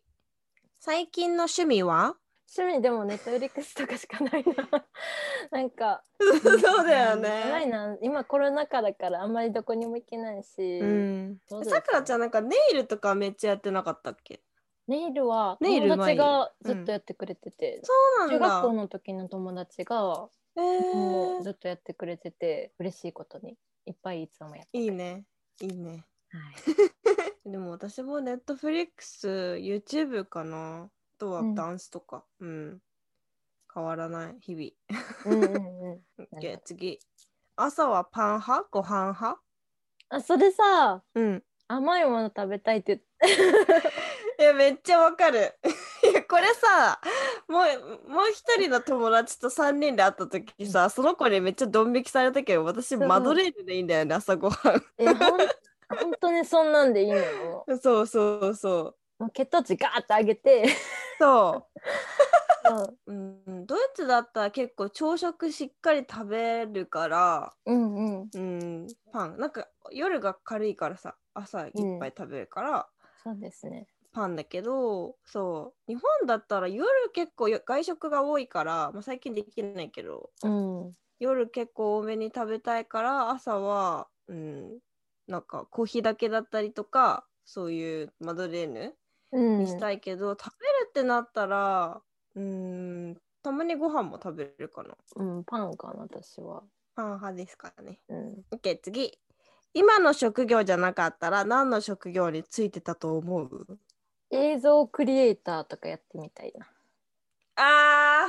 Speaker 1: 最近の趣味は
Speaker 2: 趣味でもネットフリックスとかしかないな [LAUGHS] なん [LAUGHS] か
Speaker 1: そうだよ
Speaker 2: んやばい
Speaker 1: ね
Speaker 2: な今コロナ禍だからあんまりどこにも行けないし、
Speaker 1: うん
Speaker 2: そうですね
Speaker 1: さくらちゃんなんかネイルとかめっちゃやってなかったっけ
Speaker 2: ネイルは
Speaker 1: ネイル
Speaker 2: 友達が
Speaker 1: 前
Speaker 2: ず
Speaker 1: に
Speaker 2: っとやってくれてて、
Speaker 1: そうなん
Speaker 2: 中
Speaker 1: だ
Speaker 2: 学校の時の友達が
Speaker 1: え
Speaker 2: もう
Speaker 1: ー
Speaker 2: ずっとやってくれてて嬉しいことにいっぱいいつもやって
Speaker 1: いいねいいね
Speaker 2: はい、
Speaker 1: でも私もネットフリックス、YouTube かな。あとは
Speaker 2: うん
Speaker 1: ダンスとか。うん。変わらない、日
Speaker 2: うんうんうん [LAUGHS]
Speaker 1: 々。
Speaker 2: ほど
Speaker 1: OK、次。朝はパン派ご飯派
Speaker 2: あそれさ
Speaker 1: うん。
Speaker 2: 甘いもの食べたいって
Speaker 1: いや、めっちゃわかる。 [LAUGHS] いや、これさ、もう、もう一人の友達と3人で会った時さ、その子にめっちゃドン引きされたけど、私、
Speaker 2: そう
Speaker 1: マドレーヌでいいんだよね、朝ごはん。 [LAUGHS]
Speaker 2: えほん [LAUGHS] 本当にそんなんでいいのよ
Speaker 1: そうそうそう。
Speaker 2: もう血糖値ガーって上げて、
Speaker 1: そう。
Speaker 2: うん
Speaker 1: うん、ドイツだったら結構朝食しっかり食べるから、
Speaker 2: うんうん
Speaker 1: うん、パンなんか夜が軽いからさ朝いっぱい食べるから、
Speaker 2: そうですね
Speaker 1: パンだけどそう日本だったら夜結構よ外食が多いから、まあ、最近できないけど
Speaker 2: うん
Speaker 1: 夜結構多めに食べたいから朝は、うん、なんかコーヒーだけだったりとかそういうマドレーヌ
Speaker 2: うん
Speaker 1: にしたいけど、食べるってなったらうんたまにご飯も食べるかな。
Speaker 2: うん、パンかな私は、
Speaker 1: パン派ですからね。
Speaker 2: うん、
Speaker 1: OK 次今の職業じゃなかったら何の職業についてたと思う
Speaker 2: 映像クリエイターとかやってみたいな
Speaker 1: あ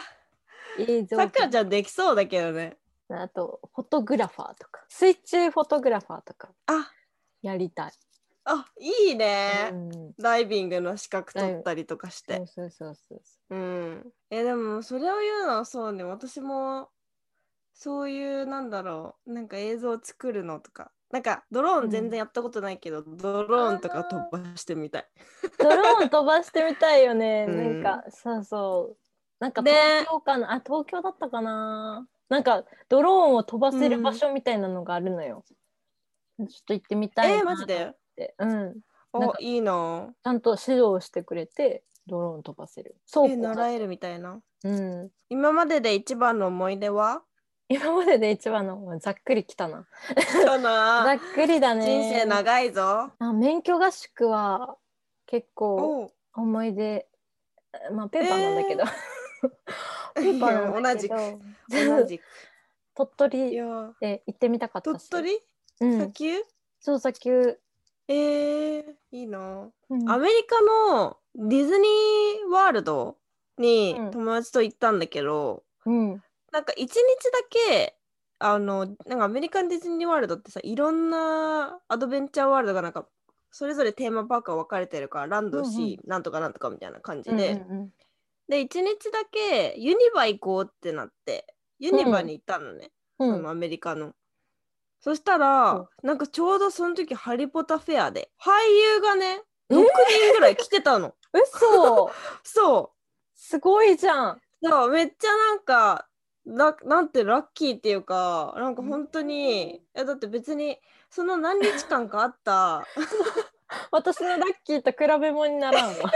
Speaker 2: 映像
Speaker 1: さくらちゃんできそうだけどね
Speaker 2: あとフォトグラファーとか水中フォトグラファーとか
Speaker 1: あ
Speaker 2: やりたい、
Speaker 1: あいいね、
Speaker 2: うん、
Speaker 1: ダイビングの資格取ったりとかし
Speaker 2: そ
Speaker 1: て
Speaker 2: うそうそうそ
Speaker 1: う
Speaker 2: う
Speaker 1: んえでもそれを言うのはそうね私もそういうなんだろうなんか映像を作るのとかなんかドローン全然やったことないけど、ドローンとか飛ばしてみたい
Speaker 2: ドローン飛ばしてみたいよ
Speaker 1: [LAUGHS]
Speaker 2: ね、
Speaker 1: うん
Speaker 2: なんかそうそうなんか
Speaker 1: ね
Speaker 2: 東京かな、あ東京だったかななんかドローンを飛ばせる場所みたいなのがあるのよ、ちょっと行ってみたいな
Speaker 1: えー、マジで
Speaker 2: ってうんなん
Speaker 1: お
Speaker 2: か
Speaker 1: いいな
Speaker 2: ちゃんと指導してくれてドローン飛ばせるそう
Speaker 1: え習えるみたいな
Speaker 2: うん
Speaker 1: 今までで一番の思い出は
Speaker 2: 今までで一番のざっくりきたな
Speaker 1: そう
Speaker 2: ざ
Speaker 1: な
Speaker 2: っくりだね
Speaker 1: 人生長いぞ。
Speaker 2: あ免許合宿は結構
Speaker 1: おう
Speaker 2: 思い出まあペーパーなんだけど、ペーパーなんだけど
Speaker 1: いや同じく。
Speaker 2: 鳥
Speaker 1: い
Speaker 2: 取
Speaker 1: やー
Speaker 2: で行ってみたかった
Speaker 1: 鳥
Speaker 2: し
Speaker 1: 取、
Speaker 2: う
Speaker 1: 砂
Speaker 2: ん、
Speaker 1: 丘
Speaker 2: そう砂丘、
Speaker 1: えー、いいな。
Speaker 2: うん
Speaker 1: アメリカのディズニーワールドに
Speaker 2: うん
Speaker 1: 友達と行ったんだけど、
Speaker 2: うん
Speaker 1: なんか一日だけあのなんかアメリカンディズニーワールドってさいろんなアドベンチャーワールドがなんかそれぞれテーマパークが分かれてるからランド
Speaker 2: うんう
Speaker 1: し、なんとかなんとかみたいな感じ
Speaker 2: うん
Speaker 1: で、
Speaker 2: うん
Speaker 1: で1日だけユニバ行こうってなってユニバに行ったのね、
Speaker 2: うん
Speaker 1: そのアメリカの。そしたら、なんかちょうどその時ハリポタフェアで俳優がね
Speaker 2: え [LAUGHS]
Speaker 1: 6人ぐらい来てたの。
Speaker 2: 嘘
Speaker 1: そう
Speaker 2: すごいじゃん。
Speaker 1: そうめっちゃなんかラなんてラッキーっていうかなんか本当に、えだって別にその何日間かあった [LAUGHS]
Speaker 2: 私のラッキーと比べ物にな
Speaker 1: [LAUGHS]
Speaker 2: らんわ。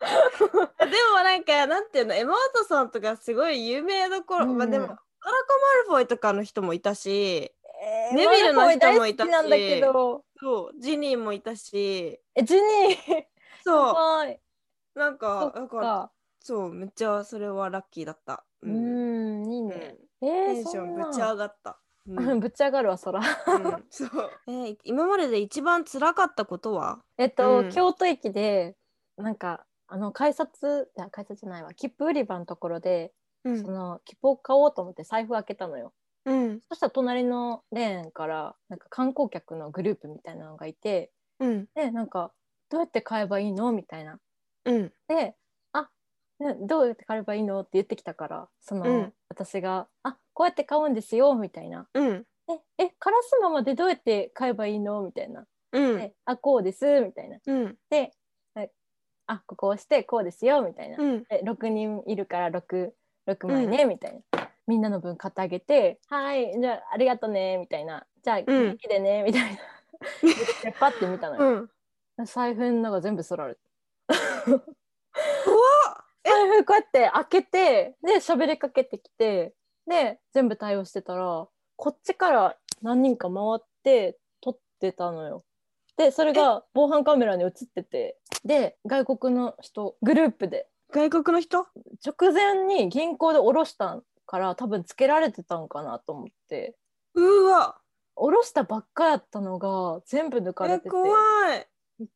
Speaker 1: でもなんかなんていうのエマ・ワトソンとかすごい有名どころ、まあ、でも
Speaker 2: う
Speaker 1: ア
Speaker 2: ん
Speaker 1: ラコ・マルフォイとかの人もいたし
Speaker 2: え
Speaker 1: ネビルの人もいたし
Speaker 2: マルフォイ大好きなんだけど。
Speaker 1: そうジニーもいたし
Speaker 2: え、ジニー。
Speaker 1: そ
Speaker 2: はい。
Speaker 1: うなん
Speaker 2: そ
Speaker 1: か
Speaker 2: っ
Speaker 1: だから
Speaker 2: か。
Speaker 1: そうめっちゃそれはラッキーだった、
Speaker 2: う、ん、いいね。え
Speaker 1: テ
Speaker 2: ー、
Speaker 1: ンションぶ
Speaker 2: そん
Speaker 1: ち
Speaker 2: な
Speaker 1: 上がった、う
Speaker 2: うん [LAUGHS]
Speaker 1: ん
Speaker 2: ぶち上がるわ、そら。
Speaker 1: うんそう。 [LAUGHS] えー今までで一番辛かったことは？
Speaker 2: えっと、
Speaker 1: うん
Speaker 2: 京都駅でなんかあの改札いや改札じゃないわ切符売り場のところで、
Speaker 1: うん
Speaker 2: その切符を買おうと思って財布開けたのよ
Speaker 1: うん
Speaker 2: そしたら隣のレーンからなんか観光客のグループみたいなのがいて
Speaker 1: うん
Speaker 2: でなんかどうやって買えばいいのみたいな
Speaker 1: うん
Speaker 2: で「あねどうやって買えばいいの?」って言ってきたからその、
Speaker 1: うん
Speaker 2: 私が「あこうやって買うんですよ」みたいな
Speaker 1: うん
Speaker 2: 「ええカラスマまでどうやって買えばいいの?」みたいな
Speaker 1: う
Speaker 2: 「
Speaker 1: ん
Speaker 2: であこうです」みたいな。
Speaker 1: うん
Speaker 2: で、はいあここ押してこうですよみたいな、
Speaker 1: うん
Speaker 2: で6人いるから 6, 6枚ね、みたいなみんなの分買ってあげて「はいじゃあありがとね」みたいな「じゃあ
Speaker 1: ん
Speaker 2: 元気でね」みたいなでパッて見たの
Speaker 1: う
Speaker 2: よ、
Speaker 1: ん。
Speaker 2: 財布の中全部そられて
Speaker 1: 怖っ。
Speaker 2: 財布こうやって開けてで喋りかけてきてで全部対応してたらこっちから何人か回って撮ってたのよ。でそれが防犯カメラに映っててで外国の人グループで
Speaker 1: 外国の人？
Speaker 2: 直前に銀行で下ろしたから多分つけられてたんかなと思って
Speaker 1: うわ。
Speaker 2: 下ろしたばっかやったのが全部抜かれ
Speaker 1: え
Speaker 2: てて
Speaker 1: 怖い。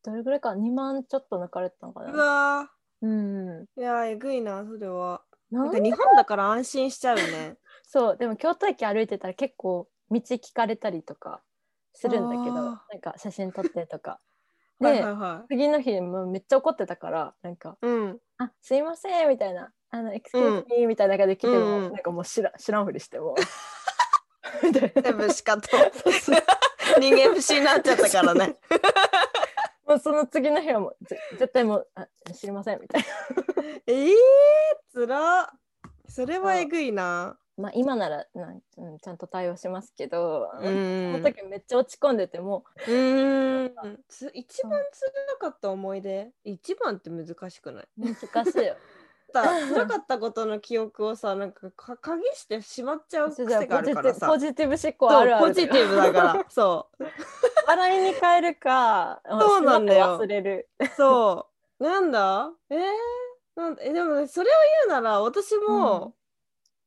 Speaker 2: どれぐらいか2万ちょっと抜かれてたのか
Speaker 1: う
Speaker 2: な。
Speaker 1: わ
Speaker 2: うん
Speaker 1: ー。いやーえぐいなそれは。
Speaker 2: な
Speaker 1: なん
Speaker 2: ん
Speaker 1: か日本だから安心しちゃうね。
Speaker 2: そうでも京都駅歩いてたら結構道聞かれたりとかするんだけどな
Speaker 1: あ
Speaker 2: んか写真撮ってとか
Speaker 1: [LAUGHS]
Speaker 2: で、
Speaker 1: はいはいは
Speaker 2: 次の日もうめっちゃ怒ってたからなんか
Speaker 1: い。うん。
Speaker 2: 「あすいません」みたいな「あのエクスキューズミー」みたいなのができても、
Speaker 1: うんうん
Speaker 2: なんかもう知ら知らんふりし
Speaker 1: [LAUGHS]
Speaker 2: てもうみたいな
Speaker 1: 全部しかと。人間不信になっちゃったからね。
Speaker 2: もうその次の日はもうぜ絶対もうあ「知りません」みたいな。
Speaker 1: ええー、辛っ。それはえぐいな。
Speaker 2: まあ今ならなん、うん、ちゃんと対応しますけど、
Speaker 1: う
Speaker 2: そ
Speaker 1: ん
Speaker 2: の時めっちゃ落ち込んでても
Speaker 1: うーん。つ一番辛かった思い出。一番って難しくない。
Speaker 2: う難しいよ。
Speaker 1: った辛かったことの記憶をさなんかか鍵してしまっちゃう
Speaker 2: ポジ
Speaker 1: 癖
Speaker 2: テ
Speaker 1: があるから
Speaker 2: ィブ
Speaker 1: さ
Speaker 2: ポジティブ思考
Speaker 1: そ
Speaker 2: あるあ
Speaker 1: う
Speaker 2: る
Speaker 1: ポジティブだ [LAUGHS] からそ
Speaker 2: 笑いに変えるか、
Speaker 1: そうなんだよ
Speaker 2: 忘れる。
Speaker 1: うそうなんだえー、なんだえでもねそれを言うなら私も、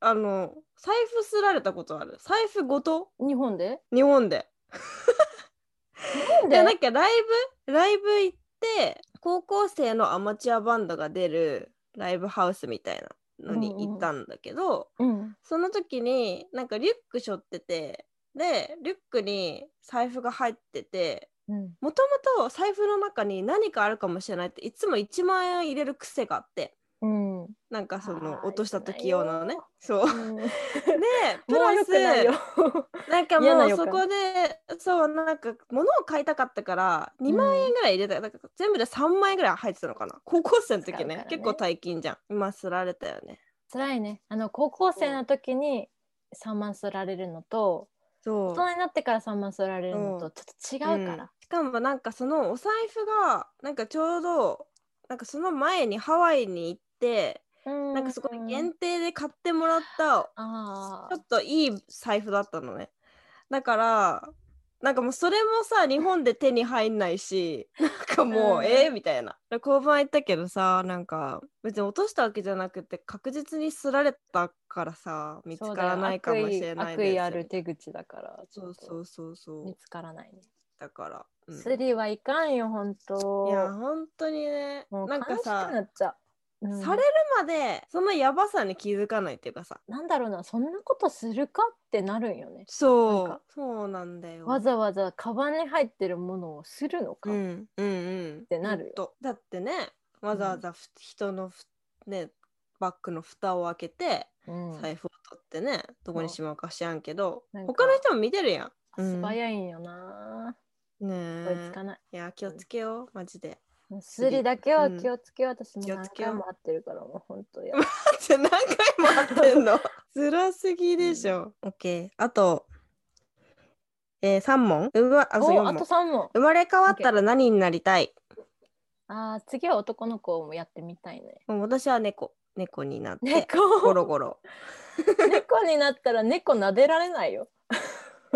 Speaker 1: あの財布すられたことある財布ごと
Speaker 2: 日本で？
Speaker 1: 日本ででなんかライブライブ行って高校生のアマチュアバンドが出るライブハウスみたいなのに行ったんだけど、
Speaker 2: うん。
Speaker 1: その時になんかリュック背負っててでリュックに財布が入ってて
Speaker 2: うん。
Speaker 1: もともと財布の中に何かあるかもしれないっていつも1万円入れる癖があって
Speaker 2: うん。
Speaker 1: なんかそ
Speaker 2: あ
Speaker 1: の
Speaker 2: ー
Speaker 1: 落とした時用のね
Speaker 2: よ [LAUGHS]
Speaker 1: そうでプ
Speaker 2: プラ
Speaker 1: ラ
Speaker 2: スない
Speaker 1: ス
Speaker 2: よ。 [LAUGHS]
Speaker 1: なんか
Speaker 2: 嫌
Speaker 1: も
Speaker 2: な
Speaker 1: う
Speaker 2: 予感
Speaker 1: そこでそうなんか物を買いたかったから2万円ぐらい入れた、なんか全部で3万円ぐらい入ってたのかな高校生の
Speaker 2: 使
Speaker 1: 時
Speaker 2: うか
Speaker 1: ね
Speaker 2: らね
Speaker 1: 結構大金じゃん今すられたよね
Speaker 2: 辛いね。あの高校生の時に三万すられるのと、
Speaker 1: そ
Speaker 2: 大
Speaker 1: う
Speaker 2: 人になってから三万すられるの
Speaker 1: う
Speaker 2: と
Speaker 1: ん
Speaker 2: ちょっと違うか
Speaker 1: ん
Speaker 2: ら。
Speaker 1: しかもなんかそのお財布がなんかちょうどなんかその前にハワイに行って、
Speaker 2: な
Speaker 1: なんかそこに限定で買ってもらった
Speaker 2: あ
Speaker 1: ちょっといい財布だったのねだからなんかもうそれもさ日本で手に入んない
Speaker 2: [LAUGHS]
Speaker 1: しなんかもう、
Speaker 2: うん
Speaker 1: えーみたいな交番行ったけどさなんか別に落としたわけじゃなくて確実にすられたからさ
Speaker 2: あ。
Speaker 1: 見つからないかもしれない
Speaker 2: そうだよ悪意悪意
Speaker 1: よ
Speaker 2: ある手口だから。
Speaker 1: そう
Speaker 2: ちょ
Speaker 1: そ
Speaker 2: っ
Speaker 1: うそう
Speaker 2: と
Speaker 1: そ
Speaker 2: 見
Speaker 1: う
Speaker 2: つからないね。
Speaker 1: だから、うん
Speaker 2: スリはいかんよ本当。
Speaker 1: いや本当にね
Speaker 2: もう
Speaker 1: なんか
Speaker 2: 悲し
Speaker 1: さ
Speaker 2: くな、っちゃう。うん
Speaker 1: されるまでそのやばさに気づかないっていうかさ
Speaker 2: なんだろうなそんなことするかってなるんよね
Speaker 1: そ
Speaker 2: なん
Speaker 1: うそうなんだよ
Speaker 2: わざわざカバンに入ってるものをするのか、
Speaker 1: うんうんうんって
Speaker 2: なるよ
Speaker 1: だってねわざわざふ、人のふねバッグの蓋を開けて
Speaker 2: うん
Speaker 1: 財布を取ってね、どこにしまうか知らんけど
Speaker 2: なんか
Speaker 1: 他の人も見てるやん、
Speaker 2: 素早いんよな、
Speaker 1: ね
Speaker 2: 追いつ
Speaker 1: え
Speaker 2: かない、 [LAUGHS]
Speaker 1: いや気をつけようマジで
Speaker 2: もうスリだけは
Speaker 1: うん
Speaker 2: 気をつけよう、私も
Speaker 1: 気を
Speaker 2: 何
Speaker 1: つけよう
Speaker 2: 回も会ってるからもう本当や
Speaker 1: って何回も会ってんの辛すぎでしょ。オッケー。あと、えー、3問うわ [LAUGHS] あそう
Speaker 2: お
Speaker 1: 4
Speaker 2: あと
Speaker 1: 問
Speaker 2: 3問
Speaker 1: 生まれ変わったら何になりたい
Speaker 2: あー次は男の子もやってみたいね
Speaker 1: もう私は猫。猫になって。ゴ
Speaker 2: 猫
Speaker 1: ロゴロ。
Speaker 2: 猫になったら猫撫でられないよ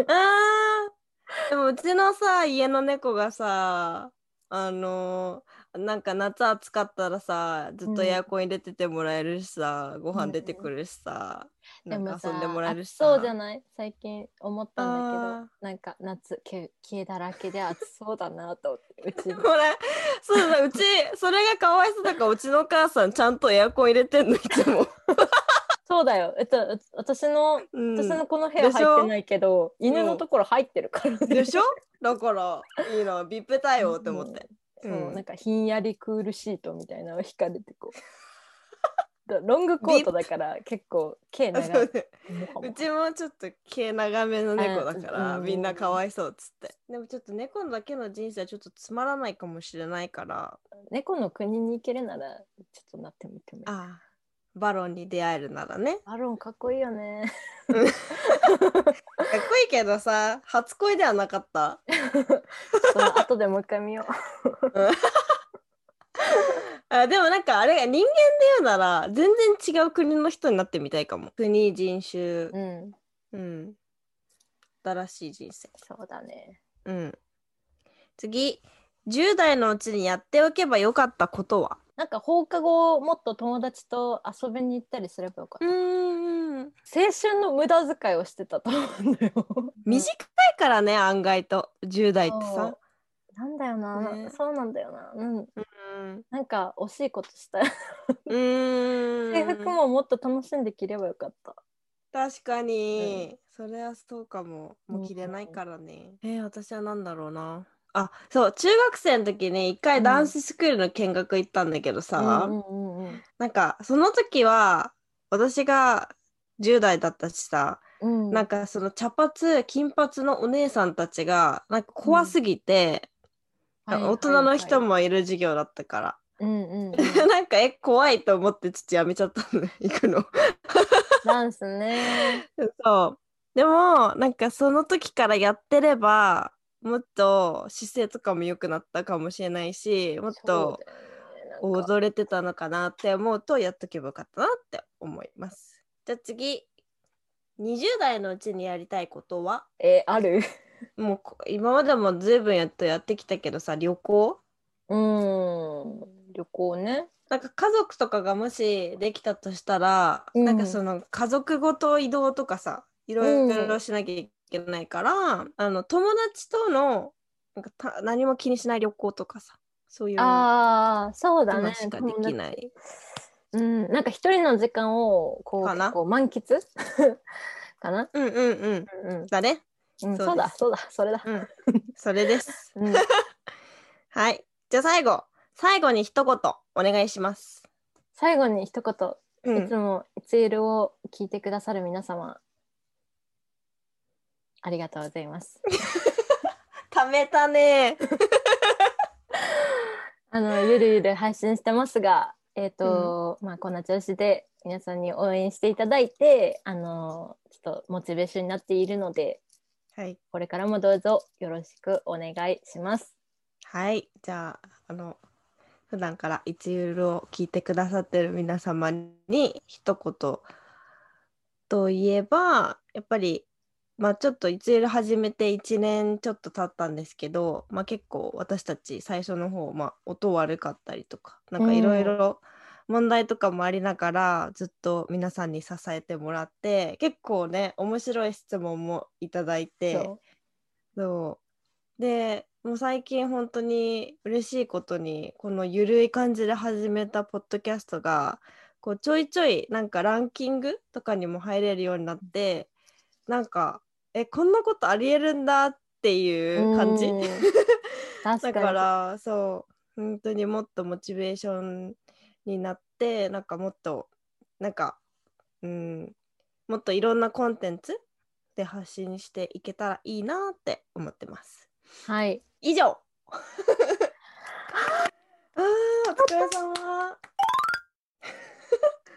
Speaker 1: あーでもうちのさ家の猫がさあのーなんか夏暑かったらさずっとエアコン入れててもらえるしさ、ご
Speaker 2: うん
Speaker 1: 飯出てくるしさ、
Speaker 2: で
Speaker 1: な
Speaker 2: も
Speaker 1: んか
Speaker 2: さ
Speaker 1: 遊んでもらえるし
Speaker 2: 暑
Speaker 1: さ
Speaker 2: そうじゃない最近思ったんだ
Speaker 1: あ
Speaker 2: けどなんか夏毛毛だらけで暑そうだなと思ってうち
Speaker 1: これそうだうちそれがかわいそうだからうちのお母さんちゃんとエアコン入れてんのいつも、
Speaker 2: [LAUGHS] そうだよえっと [LAUGHS] うつ私の
Speaker 1: うん、
Speaker 2: 私の
Speaker 1: で
Speaker 2: この部屋
Speaker 1: でしょ
Speaker 2: 入ってないけど、犬のところ入ってるから、ね、 [LAUGHS]
Speaker 1: しょだからいいなビップ対応って思って、
Speaker 2: うんそう、
Speaker 1: うん
Speaker 2: なんかひんやりクールシートみたいなのを引かれてこうだロングコートだから結構毛
Speaker 1: あ
Speaker 2: 長
Speaker 1: そう
Speaker 2: い
Speaker 1: [LAUGHS] ね
Speaker 2: もはも
Speaker 1: うちもちょっと毛長めの猫だから、
Speaker 2: うん
Speaker 1: みんなかわいそうっつってでもちょっと猫だけの人生はちょっとつまらないかもしれないから
Speaker 2: 猫の国に行けるならちょっとなってみてもいい
Speaker 1: ああバロンに出会えるならね
Speaker 2: アロンかっこいいよね [LAUGHS]
Speaker 1: かっこいいけどさ [LAUGHS] 初恋ではなかった
Speaker 2: そう後でもう一回見よう
Speaker 1: あでもなんかあれ人間で言うなら全然違う国の人になってみたいかも国人種
Speaker 2: うん
Speaker 1: うん新しい人生
Speaker 2: そうだね
Speaker 1: うん次10代のうちにやっておけばよかったことは
Speaker 2: なんか放課後もっと友達と遊びに行ったりすればよかった、
Speaker 1: ん
Speaker 2: 青春の無駄遣いをしてたと思うんだよ
Speaker 1: [LAUGHS] 短いからね案外と10代ってさ
Speaker 2: そ、うなんだよな、
Speaker 1: ね
Speaker 2: そうなんだよなうん
Speaker 1: うん、
Speaker 2: なんか惜しいことしたい
Speaker 1: うーん
Speaker 2: 制服ももっと楽しんで着ればよかった
Speaker 1: 確かに、それはそうかももう着れな
Speaker 2: う
Speaker 1: い
Speaker 2: ん
Speaker 1: からね、えー私は何だろうなあそう中学生の時に一回ダンススクールの見学行ったんだけどさ、
Speaker 2: うんうんうん
Speaker 1: なんかその時は私が10代だったしさ、
Speaker 2: うん、
Speaker 1: なん
Speaker 2: か
Speaker 1: かその茶髪金髪のお姉さんたちがなんか怖すぎて、大人の人、もいる授業だったから、
Speaker 2: うんうんうん、
Speaker 1: [LAUGHS] なんかえ怖いと思ってちょっとやめちゃったのね [LAUGHS] 行くの。
Speaker 2: ダン
Speaker 1: [LAUGHS]
Speaker 2: スね
Speaker 1: そうでもなんかその時からやってればもっと姿勢とかも良くなったかもしれないしもっと
Speaker 2: そうだよねなんか
Speaker 1: 踊れてたのかなって思うとやっとけばよかったなって思います。じゃあ次20代のうちにやりたいことは
Speaker 2: えある
Speaker 1: もうこ今までも随分やっとやってきたけどさ旅行
Speaker 2: うん旅行ね
Speaker 1: なんか家族とかがもしできたとしたら、
Speaker 2: うん
Speaker 1: なんかその家族ごと移動とかさいろいろしなきゃいけないから、あの友達とのなんかた何も気にしない旅行とかさそういうの
Speaker 2: ああそうだね
Speaker 1: 今しかできない、
Speaker 2: うん、なんか一人の時間をこう
Speaker 1: かな
Speaker 2: こう満喫かな、
Speaker 1: うんうんうん
Speaker 2: うんうん
Speaker 1: だね
Speaker 2: うん、
Speaker 1: そうです
Speaker 2: そうだそうだそれだ、 [LAUGHS]
Speaker 1: それです
Speaker 2: うん、
Speaker 1: はいじゃあ最後最後に一言お願いします、
Speaker 2: 最後に一言
Speaker 1: う
Speaker 2: いつもツールを聞いてくださる皆様、ありがとうございます。
Speaker 1: ためたね
Speaker 2: あのゆるゆる配信してますが、えっ、と、まあこんな調子で皆さんに応援していただいて、あのちょっとモチベーションになっているので、
Speaker 1: はい
Speaker 2: これからもどうぞよろしくお願いします。
Speaker 1: はい、じゃあ、あの、普段から一ユーロを聞いてくださってる皆様に一言といえば、やっぱり、まあちょっと一ユーロ始めて1年ちょっと経ったんですけど、まあ結構私たち最初の方、まあ音悪かったりとか、なんかいろいろ問題とかもありながら、ずっと皆さんに支えてもらって、結構ね、面白い質問もいただいて、
Speaker 2: そう
Speaker 1: そうでもう最近本当に嬉しいことにこのゆるい感じで始めたポッドキャストがこうちょいちょいなんかランキングとかにも入れるようになってなんかえこんなことありえるんだっていう感じ
Speaker 2: うん [LAUGHS] 確か
Speaker 1: だ
Speaker 2: に。
Speaker 1: からそう本当にもっとモチベーションになってなんかもっとなんかうんもっといろんなコンテンツで発信していけたらいいなって思ってます。
Speaker 2: はい。
Speaker 1: 以上れ様。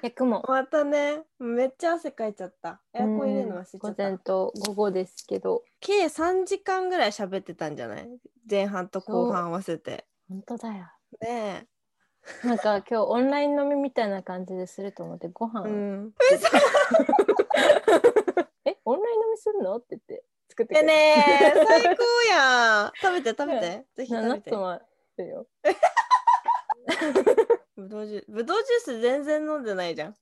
Speaker 2: 役も
Speaker 1: またね、めっちゃ汗かいちゃった。エアコン入れるの忘れちゃ
Speaker 2: 午
Speaker 1: っ
Speaker 2: 前
Speaker 1: た。
Speaker 2: と午後ですけど
Speaker 1: 計3時間ぐらい喋ってたんじゃない前半と後半合わせて。
Speaker 2: 本当だよ
Speaker 1: ね
Speaker 2: なんか今日オンライン飲みみたいな感じですると思ってご
Speaker 1: え。
Speaker 2: 飯、
Speaker 1: うん。
Speaker 2: えオンライン飲みするのって言って作ってく
Speaker 1: え
Speaker 2: れた
Speaker 1: ねえ、最高やん。食べて食べて。ぜひ
Speaker 2: な
Speaker 1: 食
Speaker 2: ナ
Speaker 1: べ
Speaker 2: ッ
Speaker 1: て
Speaker 2: ツ。もあるよ
Speaker 1: ぶどうジュース、ぶどうジュース全然飲んでないじゃん。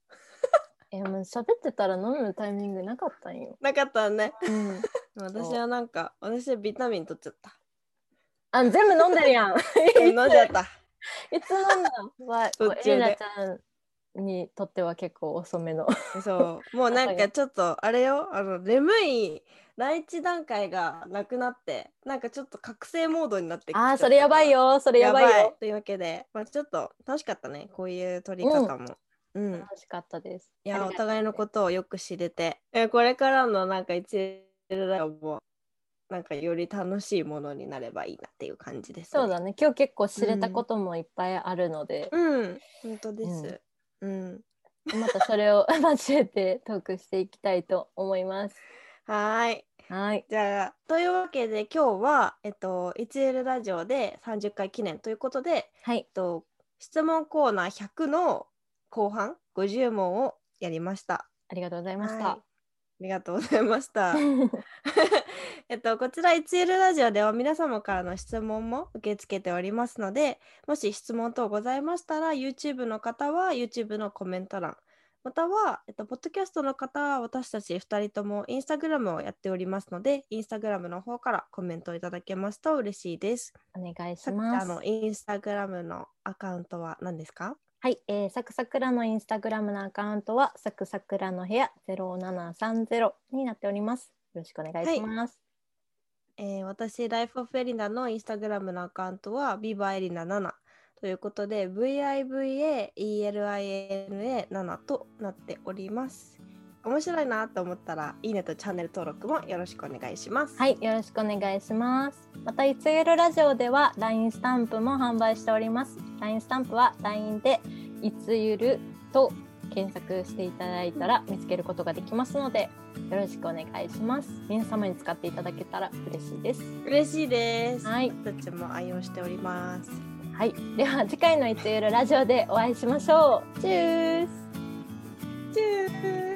Speaker 2: えもう喋ってたら飲むタイミングなかったんよ、
Speaker 1: なかったね。
Speaker 2: うん、
Speaker 1: 私はなんか、私はビタミン取っちゃった。
Speaker 2: [LAUGHS] あ全部飲んでるやんい [LAUGHS]
Speaker 1: 飲んじゃった。
Speaker 2: つ飲んだのはこ
Speaker 1: 途中
Speaker 2: う
Speaker 1: で
Speaker 2: エリナちゃんにとっては結構遅 [LAUGHS] めの
Speaker 1: そうもうなんかちょっとあれよあの眠い第一段階がなくなってなんかちょっと覚醒モードになってきちゃった
Speaker 2: あーそれやばいよそれや
Speaker 1: やば
Speaker 2: ば
Speaker 1: い
Speaker 2: いよ
Speaker 1: というわけで、まあ、ちょっと楽しかったねこういう撮り方も、うん
Speaker 2: 楽しかったです
Speaker 1: い
Speaker 2: あ
Speaker 1: や
Speaker 2: りが
Speaker 1: お
Speaker 2: とう
Speaker 1: 互いのことをよく知れてえこれからのなんか一年だよもうなんかより楽しいものになればいいなっていう感じです、
Speaker 2: そうだね今日結構知れたこともいっぱいあるので、
Speaker 1: うん本当ですうん、
Speaker 2: またそれを [LAUGHS] 交えてトークしていきたいと思います。
Speaker 1: はーい
Speaker 2: はい。
Speaker 1: じゃあというわけで今日は、えっと、1L ラジオで30回記念ということで、えっ
Speaker 2: はい。
Speaker 1: と、質問コーナー100の後半50問をやりました。
Speaker 2: ありがとうございまし
Speaker 1: はいあ
Speaker 2: た。
Speaker 1: りがとうございました。 [LAUGHS] えっと、こちら 1L ラジオでは皆様からの質問も受け付けておりますのでもし質問等ございましたら YouTube の方は YouTube のコメント欄または、えっと、ポッドキャストの方は私たち2人とも Instagram をやっておりますので Instagram の方からコメントいただけますと嬉しいです。
Speaker 2: [LAUGHS] お願いし
Speaker 1: さくち
Speaker 2: ま
Speaker 1: ゃん
Speaker 2: す。
Speaker 1: の Instagram のアカウントは何ですか
Speaker 2: はい。えー、サクサクラのインスタグラムのアカウントはサクサクラの部屋0730になっております。よろしくお願いします。
Speaker 1: えー私、ライフオフエリナのインスタグラムのアカウントは、ビバエリナ7ということで、VIVAELINA7 となっております。面白いなと思ったら、いいねとチャンネル登録もよろしくお願いします。
Speaker 2: はい、よろしくお願いします。また、いつゆるラジオでは LINE スタンプも販売しております。LINE スタンプは LINE でいつゆると検索していただいたら見つけることができますので、よろしくお願いします。皆様に使っていただけたら嬉しいです。
Speaker 1: 嬉しいです。
Speaker 2: はい、
Speaker 1: 私たちも愛用しております。
Speaker 2: はい、では次回のいつゆるラジオでお会いしましょう。チュース
Speaker 1: チュー